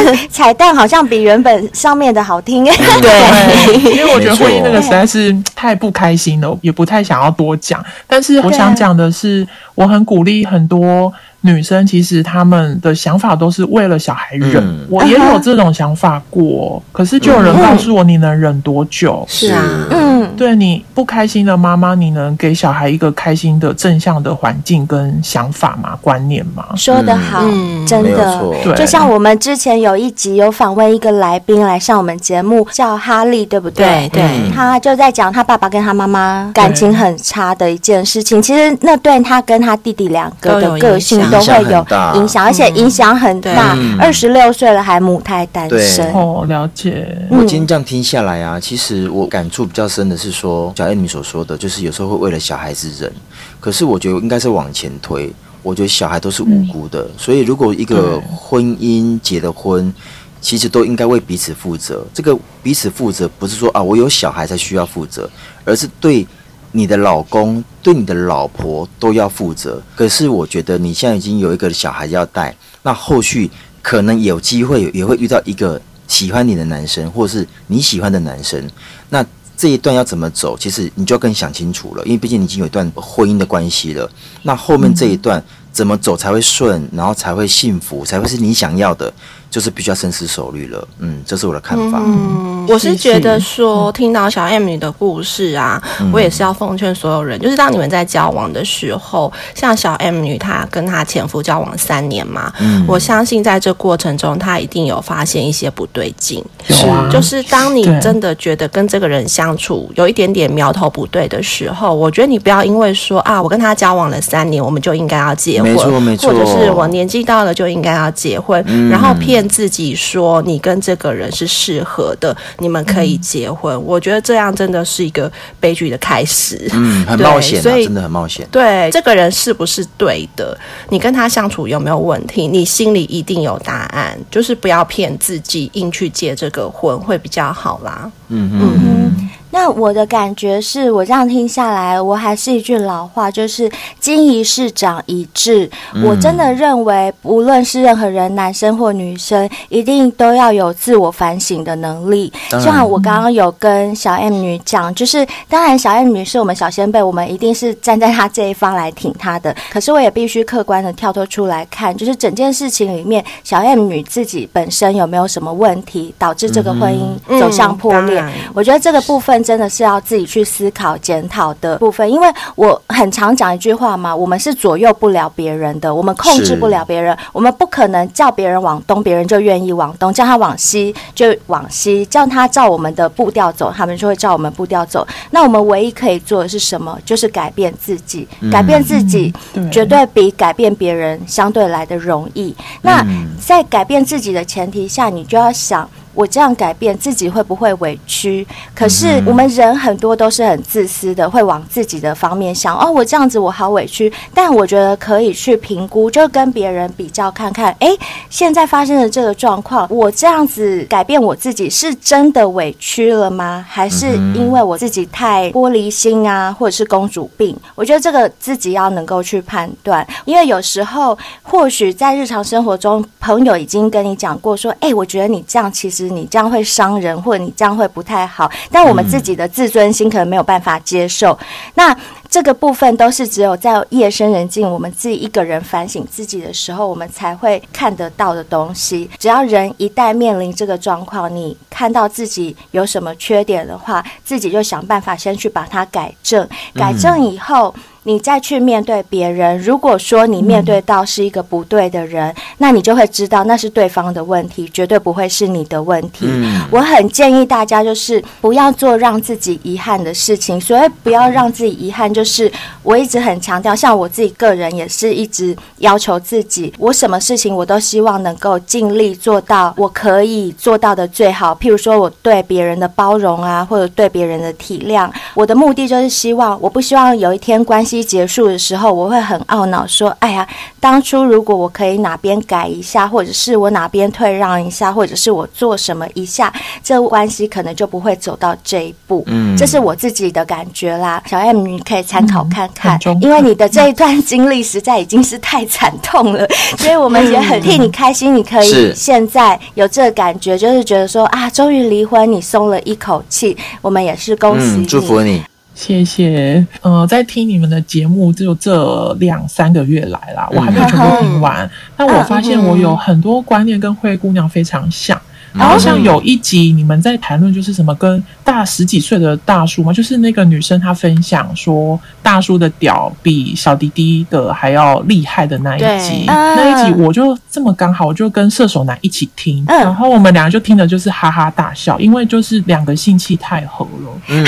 S3: 觉得彩蛋好像比原本上面的 好听。
S5: 对，因为我觉得
S4: 没错
S5: 婚姻那个实在是太不开心了，也不太想要多讲。但是我想讲的是，我很鼓励很多女生，其实她们的想法都是为了小孩忍。
S4: 嗯
S5: 我也有这种想法过，可是就有人告诉我，你能忍多久？
S2: 是啊，
S3: 嗯，
S5: 对你不开心的妈妈，你能给小孩一个开心的正向的环境跟想法吗？观念吗？
S3: 说得好，
S2: 嗯
S3: 真
S4: 没有
S3: 的。
S4: 错，
S5: 对
S3: 就像我们之前有一集有访问一个来宾来上我们节目，叫哈利，对不
S2: 对对
S4: 嗯
S3: 他就在讲他爸爸跟他妈妈感情很差的一件事情。其实那对他跟他弟弟两个
S2: 都
S3: 的
S2: 有
S3: 个
S2: 影
S3: 性
S2: 响
S3: 都会
S4: 影响
S3: 有
S4: 很大
S3: 影响，而且影响很大
S4: 嗯。
S3: 二十六岁了还母胎单
S4: 对
S3: 身，
S5: 哦，了解。
S4: 我今天这样听下来啊，其实我感触比较深的是说，小艾米所说的，就是有时候会为了小孩子忍，可是我觉得应该是往前推。我觉得小孩都是无辜
S3: 嗯
S4: 的，所以如果一个婚姻结了婚，其实都应该为彼此负责。这个彼此负责，不是说啊我有小孩才需要负责，而是对你的老公、对你的老婆都要负责。可是我觉得你现在已经有一个小孩要带，那后续可能有机会也会遇到一个喜欢你的男生，或是你喜欢的男生。那这一段要怎么走，其实你就要更想清楚了，因为毕竟你已经有一段婚姻的关系了。那后面这一段怎么走才会顺，然后才会幸福，才会是你想要的，就是必须要深思熟虑了。嗯，这是我的看法。
S2: 嗯，我是觉得说，听到小 M 你的故事啊，我也是要奉劝所有人，就是当你们在交往的时候，像小 M 女她跟她前夫交往三年嘛，我相信在这过程中，她一定有发现一些不对劲。
S5: 有啊
S2: 就是当你
S5: 对
S2: 真的觉得跟这个人相处有一点点苗头不对的时候，我觉得你不要因为说啊，我跟他交往了三年，我们就应该要结婚，
S4: 没错没错嗯
S2: 或者是我年纪到了就应该要结婚，然后骗自己说你跟这个人是适合的，你们可以结婚。我觉得这样真的是一个悲剧的开始。
S4: 嗯，很
S2: 对
S4: 冒险啊，
S2: 所以
S4: 真的很冒险。
S2: 对这个人是不是对的，你跟他相处有没有问题，你心里一定有答案，就是不要骗自己，硬去结这个婚会比较好啦。
S4: 嗯嗯嗯。
S3: 那我的感觉是我这样听下来，我还是一句老话，就是经一事长一智。我真的认为，无论是任何人，男生或女生，一定都要有自我反省的能力。就
S4: 当然
S3: 像我刚刚有跟小 M 女讲，就是当然小 M 女是我们小先辈，我们一定是站在她这一方来挺她的。可是我也必须客观的跳脱出来看，就是整件事情里面，小 M 女自己本身有没有什么问题，导致这个婚姻走向
S2: 嗯
S3: 破
S2: 当
S3: 裂。
S2: 然
S3: 我觉得这个部分真的是要自己去思考、检讨的部分，因为我很常讲一句话嘛，我们是左右不了别人的，我们控制
S4: 是
S3: 不了别人，我们不可能叫别人往东，别人就愿意往东；叫他往西就往西，叫他照我们的步调走，他们就会照我们步调走。那我们唯一可以做的是什么？就是改变自己，改变自己，
S5: 嗯对
S3: 绝对比改变别人相对来的容易。
S5: 嗯
S3: 那在改变自己的前提下，你就要想。我这样改变自己会不会委屈？可
S5: 嗯
S3: 是我们人很多都是很自私的，会往自己的方面想。哦，我这样子我好委屈，但我觉得可以去评估，就跟别人比较看看。诶，现在发生的这个状况，我这样子改变我自己，是真的委屈了吗？还是因为我自己太玻璃心啊，或者是公主病？我觉得这个自己要能够去判断，因为有时候或许在日常生活中，朋友已经跟你讲过说，哎、我觉得你这样，其实你这样会伤人，或者你这样会不太好。但我们自己的自尊心可能没有办法接受，那这个部分都是只有在夜深人静，我们自己一个人反省自己的时候，我们才会看得到的东西。只要人一旦面临这个状况，你看到自己有什么缺点的话，自己就想办法先去把它改正，改正以后。你再去面对别人，如果说你面对到是一个不对的人，那你就会知道那是对方的问题，绝对不会是你的问题。
S4: 嗯
S3: 我很建议大家就是不要做让自己遗憾的事情。所谓不要让自己遗憾，就是我一直很强调，像我自己个人也是一直要求自己，我什么事情我都希望能够尽力做到我可以做到的最好。譬如说我对别人的包容啊，或者对别人的体谅，我的目的就是希望，我不希望有一天关系结束的时候，我会很懊恼说，哎呀，当初如果我可以哪边改一下，或者是我哪边退让一下，或者是我做什么一下，这关系可能就不会走到这一步。
S4: 嗯
S3: 这是我自己的感觉啦。小 M，你可以参考看
S5: 嗯
S3: 看
S5: 很，中肯
S3: 因为你的这一段经历实在已经是太惨痛了，所以我们也很替你开心，你可以
S4: 是
S3: 现在有这个感觉，就是觉得说啊，终于离婚，你松了一口气，我们也是恭喜你。
S4: 嗯，祝福你，
S5: 谢谢。呃，在听你们的节目只有这两三个月来啦，我还没有全部听完，但我发现我有很多观念跟灰姑娘非常像。然后像有一集你们在谈论就是什么跟大十几岁的大叔嘛，就是那个女生她分享说大叔的屌比小弟弟的还要厉害的那一集
S2: 对，
S5: 那一集我就这么刚好我就跟射手男一起听，
S3: 嗯
S5: 然后我们两个就听的就是哈哈大笑，因为就是两个性气太合了。
S4: 嗯，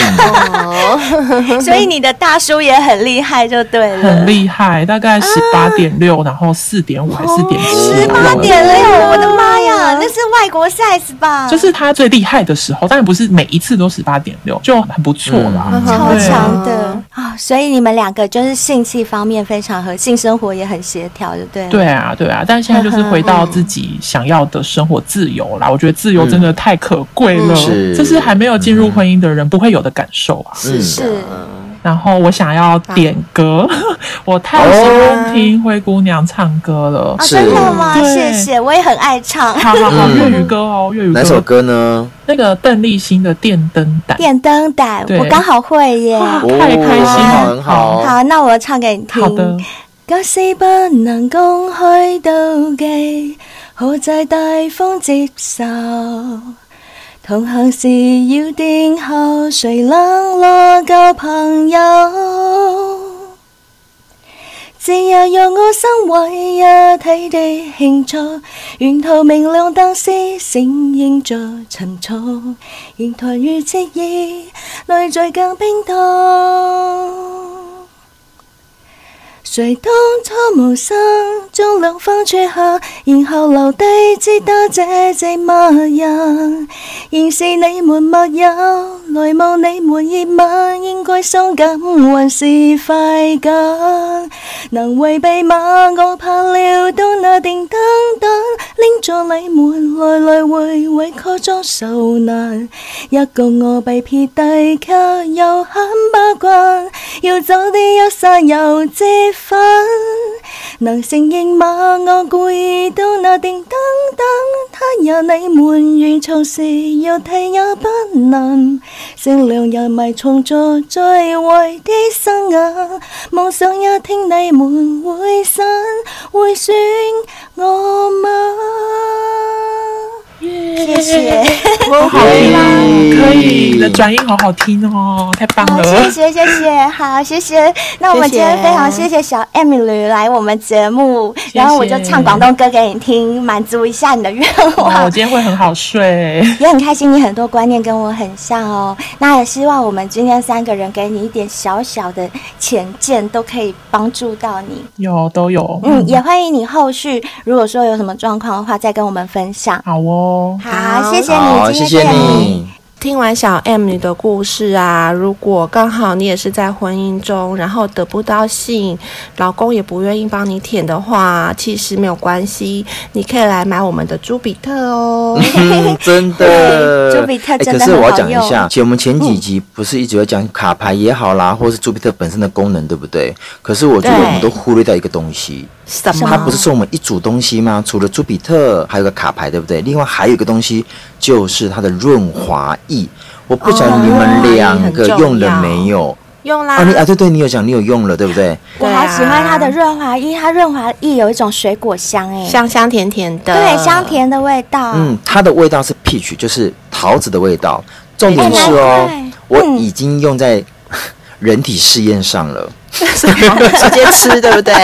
S3: 所以你的大叔也很厉害，就对了。
S5: 很厉害，大概十八点六，然后四点五还是点七，
S3: 啊哦十八点六，我的妈呀，那是外国 size 吧？
S5: 就是他最厉害的时候，当然不是每一次都十八点六，就很不错啦。
S4: 嗯
S3: 超
S5: 对
S3: 强的啊、所以你们两个就是性器方面非常合，性生活也很协调，就
S4: 嗯
S3: 对了。
S5: 对啊，对啊，但现在就是回到自己想要的生活自由啦。我觉得自由真的太可贵了，
S2: 嗯
S4: 是
S5: 这是还没有进入婚姻的人不会有的感受啊。
S4: 嗯
S3: 是，
S5: 然后我想要点歌， 我太喜欢听灰姑娘唱歌了
S3: 啊，。
S4: 是哦
S3: 真的吗？
S5: 对
S3: 谢谢，我也很爱唱《
S5: 好好好，
S4: 嗯
S5: 粤语歌哦，粤语
S4: 哪首
S5: 歌，
S4: 歌呢？
S5: 那个邓丽欣的《电灯胆》。
S3: 电灯胆》，
S5: 对
S3: 我刚好会耶。
S5: 哇
S4: 哦
S5: 太开心了，
S4: 很好很
S3: 好，那我唱给你
S5: 好的
S3: 听。，假使不能公開妒忌，可在大方接受。同行時要定候，誰冷落舊朋友？自由讓我生活一體地慶祝，沿途明亮燈絲閃映着尋草，仍團如赤意，內在更冰凍。谁当初无心将两方撮合，然后留低只得这寂寞人。仍是你们莫有来望你们热吻，应该伤感还是快感？能为被骂，我怕撩到那定等等，拎咗你们来来回回确装受难。一個我被撇低，卻又很不慣，要早啲一刹又折返。能承認嗎？我故意到那定等等，他也你們原從時要替也不能。善良人迷重做最壞的生涯，妄想一聽你們會散，會選我嗎？謝謝。
S5: 好听啦，可以的转音好好听哦，太棒
S3: 好，
S5: 了
S3: 谢。谢谢谢，好谢谢。那我们今天非常谢谢小 Emily 来我们节目，
S5: 谢
S3: 然后我就唱广东歌给你听，满足一下你的愿
S5: 哇，我
S3: 望。
S5: 哦今天会很好睡。
S3: 也很开心，你很多观念跟我很像哦。那也希望我们今天三个人给你一点小小的浅见，都可以帮助到你。
S5: 有都有，
S3: 嗯，也欢迎你后续如果说有什么状况的话，再跟我们分享。
S5: 好哦。
S3: 好，
S2: 好
S3: 谢谢
S4: 好，
S3: 你，
S4: 谢
S3: 今
S4: 谢
S3: 天跟
S4: 你，
S2: 听完小 M 你的故事啊，如果刚好你也是在婚姻中，然后得不到信，老公也不愿意帮你舔的话，其实没有关系，你可以来买我们的朱比特哦。
S4: 嗯真的。
S3: 对 朱比特
S4: 哎
S3: 真的
S4: 可是我要
S3: 很好
S4: 讲一下
S3: 用，嗯
S4: 其实我们前几集不是一直有讲卡牌也好啦，或是朱比特本身的功能，对不对？可是我觉得
S2: 对
S4: 我们都忽略掉一个东西，
S2: 什
S4: 它
S2: 么
S4: 啊不是？送我们一组东西吗？除了朱比特，还有个卡牌，对不对？另外还有一个东西就是它的润滑液。我不
S3: 哦
S4: 晓得你们两个用了没有？
S2: 用啦，
S4: 啊，你啊，对对，你有讲你有用了，对不对？
S3: 我好喜欢它的润滑液，它润滑液有一种水果香哎，
S2: 香香甜甜的，
S3: 对，香。甜的味道。
S4: 嗯，它的味道是 peach，就是桃子的味道。重点是
S3: 哎
S4: 哦
S3: 难怪，
S4: 我已经用在人体试验上了。
S2: 所以直接吃，对不对？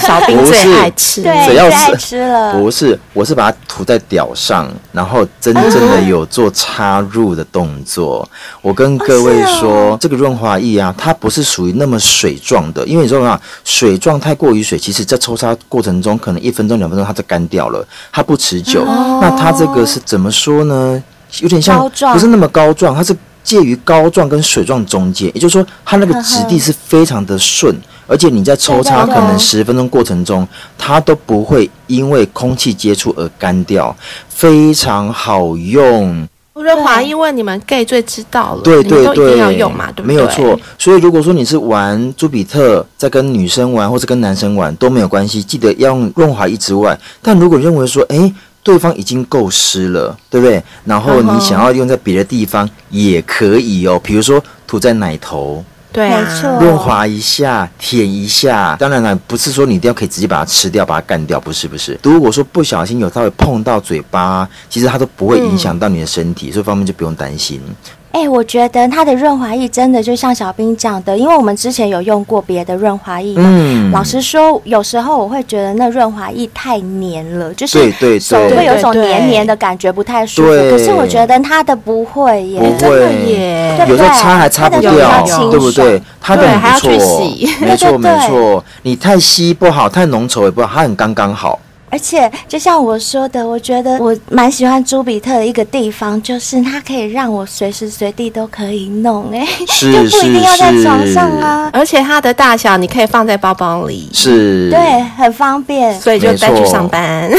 S2: 小兵最爱吃，
S3: 对，
S4: 只要
S3: 最
S4: 是
S3: 爱吃了。
S4: 不是，我是把它涂在屌上，然后真正的有做插入的动作。我跟各位
S3: 哦
S4: 说，这个润滑液啊，它不是属于那么水状的，因为你说啊，水状太过于水，其实在抽插过程中，可能一分钟、两分钟它就干掉了，它不持久。那它这个是怎么说呢？有点像
S3: 膏，哦状
S4: 不是那么膏状，它是介于膏状跟水状中间，也就是说，它那个质地是非常的顺，而且你在
S2: 哦
S4: 抽
S3: 对
S4: 插
S2: 啊
S4: 可
S3: 对对
S4: 能十分钟过程中，它都不会因为空气接触而干掉，非常好用。
S2: 润滑因为你们 gay 最知道了，
S4: 对
S2: 你们
S4: 对
S2: 都
S4: 对，
S2: 一定要用嘛，对不对？
S4: 没有错。。所以如果说你是玩朱比特，在跟女生玩或者跟男生玩都没有关系，记得要用润滑液之外。但如果认为说，哎，对方已经够湿了，对不对？然后
S2: 嗯
S4: 你想要用在别的地方也可以哦，比如说涂在奶头。
S2: 对啊，
S3: 没错
S4: 哎润滑一下，舔一下。当然了，不是说你一定要可以直接把它吃掉，把它干掉，不是不是。如果说不小心有稍微碰到嘴巴，其实它都不会影响到你的身
S3: 嗯
S4: 体，这方面就不用担心。
S3: 哎、我觉得它的润滑液真的就像小兵讲的，因为我们之前有用过别的润滑液嘛。
S4: 嗯，
S3: 老实说，有时候我会觉得那润滑液太黏了，就是
S4: 对对
S3: 手
S4: 对
S3: 会有一种
S2: 对对
S3: 黏黏的感觉，不太舒服。
S4: 对
S3: 可是我觉得它的不会耶，
S4: 不
S2: 真的
S4: 会
S2: 耶，
S3: 对
S4: 有时候擦还擦不
S3: 它的比
S4: 掉
S3: 较清，
S4: 对不对
S3: 爽？
S4: 它的很
S2: 对
S4: 不
S2: 还
S4: 错
S2: 要去洗，
S4: 没
S3: 对对
S4: 错没
S3: 对
S4: 错。你太稀不好，太浓稠也不好，它很刚刚好。
S3: 而且就像我说的，我觉得我蛮喜欢朱比特的一个地方，就是它可以让我随时随地都可以弄、哎，
S4: 是
S3: 就不一定要在床上啊，
S2: 而且它的大小你可以放在包包里，
S4: 是，
S3: 对，很方便。
S2: 所以就
S4: 没错
S2: 带去上班。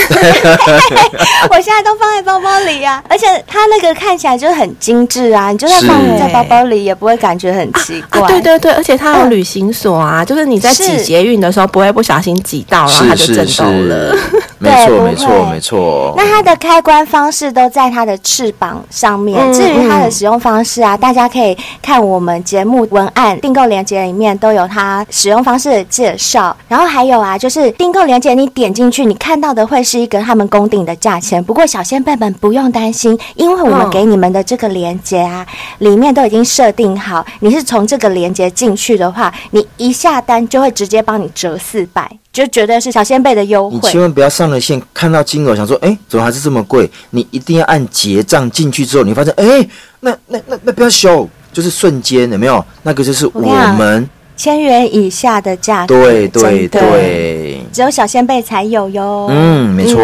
S3: 我现在都放在包包里啊，而且它那个看起来就很精致啊，你就算放
S4: 是
S3: 在包包里也不会感觉很奇怪。
S2: 啊，对对对，而且它有旅行锁啊，就是你在
S3: 是
S2: 挤捷运的时候不会不小心挤到，然后它
S4: 是
S2: 就是震
S4: 是
S2: 动了。，
S4: 没
S3: 对
S4: 错
S3: 不
S4: 没错
S3: 会
S4: 没错。
S3: 那它的开关方式都在它的翅膀上面。
S2: 嗯
S3: 至于它的使用方式啊，大家可以看我们节目文案订购链接里面都有它使用方式的介绍。然后还有啊，就是订购链接你点进去，你看到的会是一个他们公定的价钱。不过小先辈们不用担心，因为我们
S2: 嗯
S3: 给你们的这个链接啊，里面都已经设定好，你是从这个链接进去的话，你一下单就会直接帮你折四百。就绝对是小先辈的优
S4: 你
S3: 惠
S4: 千，万不要上了线，看到金额想说，哎、怎么还是这么贵？你一定要按结账进去之后，你发现，哎、那那那那不要修，就是瞬间有没有？那个就是
S3: 跟你
S4: 我
S3: 讲
S4: 们，
S3: 千元以下的价格，
S4: 对
S3: 真
S4: 对
S3: 的
S4: 对，
S3: 只有小先辈才有哟。
S4: 嗯，没错，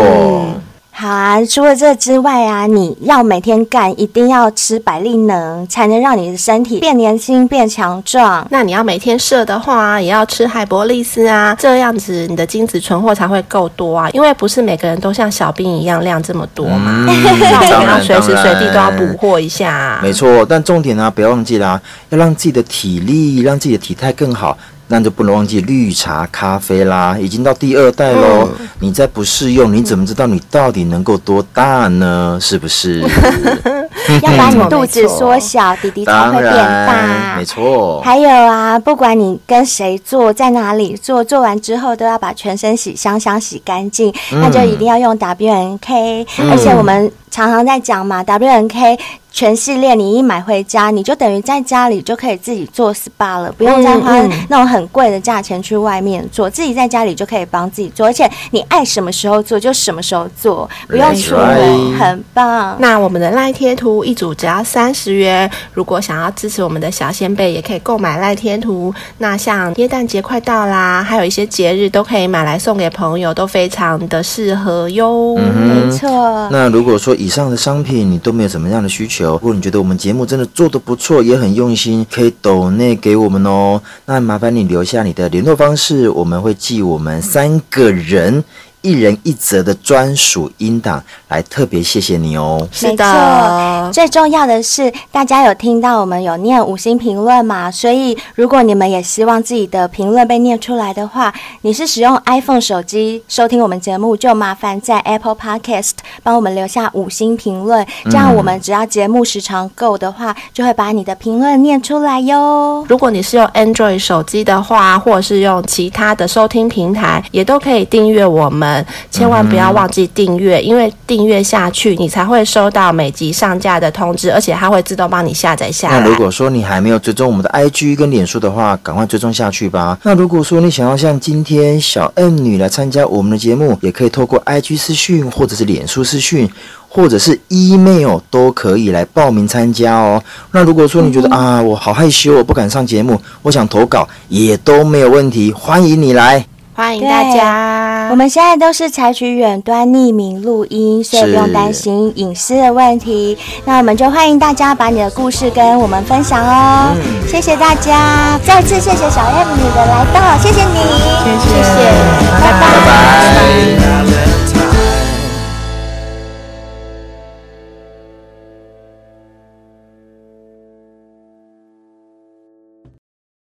S3: 好啊，除了这之外啊，你要每天干，一定要吃百利能，才能让你的身体变年轻、变强 壮。
S2: 那你要每天射的话，也要吃海博利斯啊，这样子你的精子存货才会够多啊，因为不是每个人都像小兵一样量这么多嘛，
S4: 嗯
S2: 那我
S4: 当
S2: 们要
S4: 然
S2: 随时
S4: 当
S2: 随地都要
S4: 然
S2: 补货一下、啊。
S4: 没错，但重点呢、啊不要忘记啦，要让自己的体力，让自己的体态更好，那就不能忘记绿茶咖啡啦。已经到第二代喽，
S3: 嗯
S4: 你再不试用，你怎么知道你到底能够多大呢？是 不是？
S3: 要把你
S2: 没错
S3: 肚子
S2: 没错
S3: 缩小，弟弟才
S4: 当
S3: 会变
S4: 然，
S3: 大
S4: 没。错。
S3: 还有啊，不管你跟谁做，在哪里做，做完之后都要把全身洗香香洗干净，那就一定要用 WNK、而且我们常常在讲嘛，WNK 全系列你一买回家，你就等于在家里就可以自己做 SPA 了，不用再花
S2: 嗯
S3: 那种很贵的价钱去外面做，自己在家里就可以帮自己做，而且你爱什么时候做就什么时候做，不用
S4: That's
S3: 出门，
S4: right
S3: 很棒。
S2: 那我们的赖贴图一组只要三十元，如果想要支持我们的小先贝，也可以购买赖贴图。那像耶诞节快到啦，还有一些节日都可以买来送给朋友，都非常的适合哟。
S4: 嗯
S3: 没错，
S4: 那如果说以上的商品你都没有什么样的需求，如果你觉得我们节目真的做得不错，也很用心，可以抖内给我们哦。那麻烦你留下你的联络方式，我们会寄我们三个人一人一则的专属音档来特别谢谢你哦。
S2: 是
S3: 没
S2: 的
S3: 错，最重要的是，大家有听到我们有念五星评论嘛？所以如果你们也希望自己的评论被念出来的话，你是使用 iPhone 手机收听我们节目，就麻烦在 Apple Podcast 帮我们留下五星评论，这样我们只要节目时长够的话，就会把你的评论念出来哟。
S2: 如果你是用 Android 手机的话，或者是用其他的收听平台，也都可以订阅我们。程，千万不要忘记订阅，因为订阅下去你才会收到每集上架的通知，而且它会自动帮你下载下来。
S4: 那如果说你还没有追踪我们的 IG 跟脸书的话，赶快追踪下去吧。那如果说你想要像今天小 M 女来参加我们的节目，也可以透过 IG 私讯或者是脸书私讯。或者是 email 都可以来报名参加哦。那如果说你觉得、啊，我好害羞，我不敢上节目，我想投稿也都没有问题，欢迎你来。
S2: 欢迎大家，
S3: 我们现在都是采取远端匿名录音，所以
S4: 是
S3: 不用担心隐私的问题。那我们就欢迎大家把你的故事跟我们分享哦。谢谢大家，再次谢谢小 M 你的来到，谢谢你，谢谢，拜拜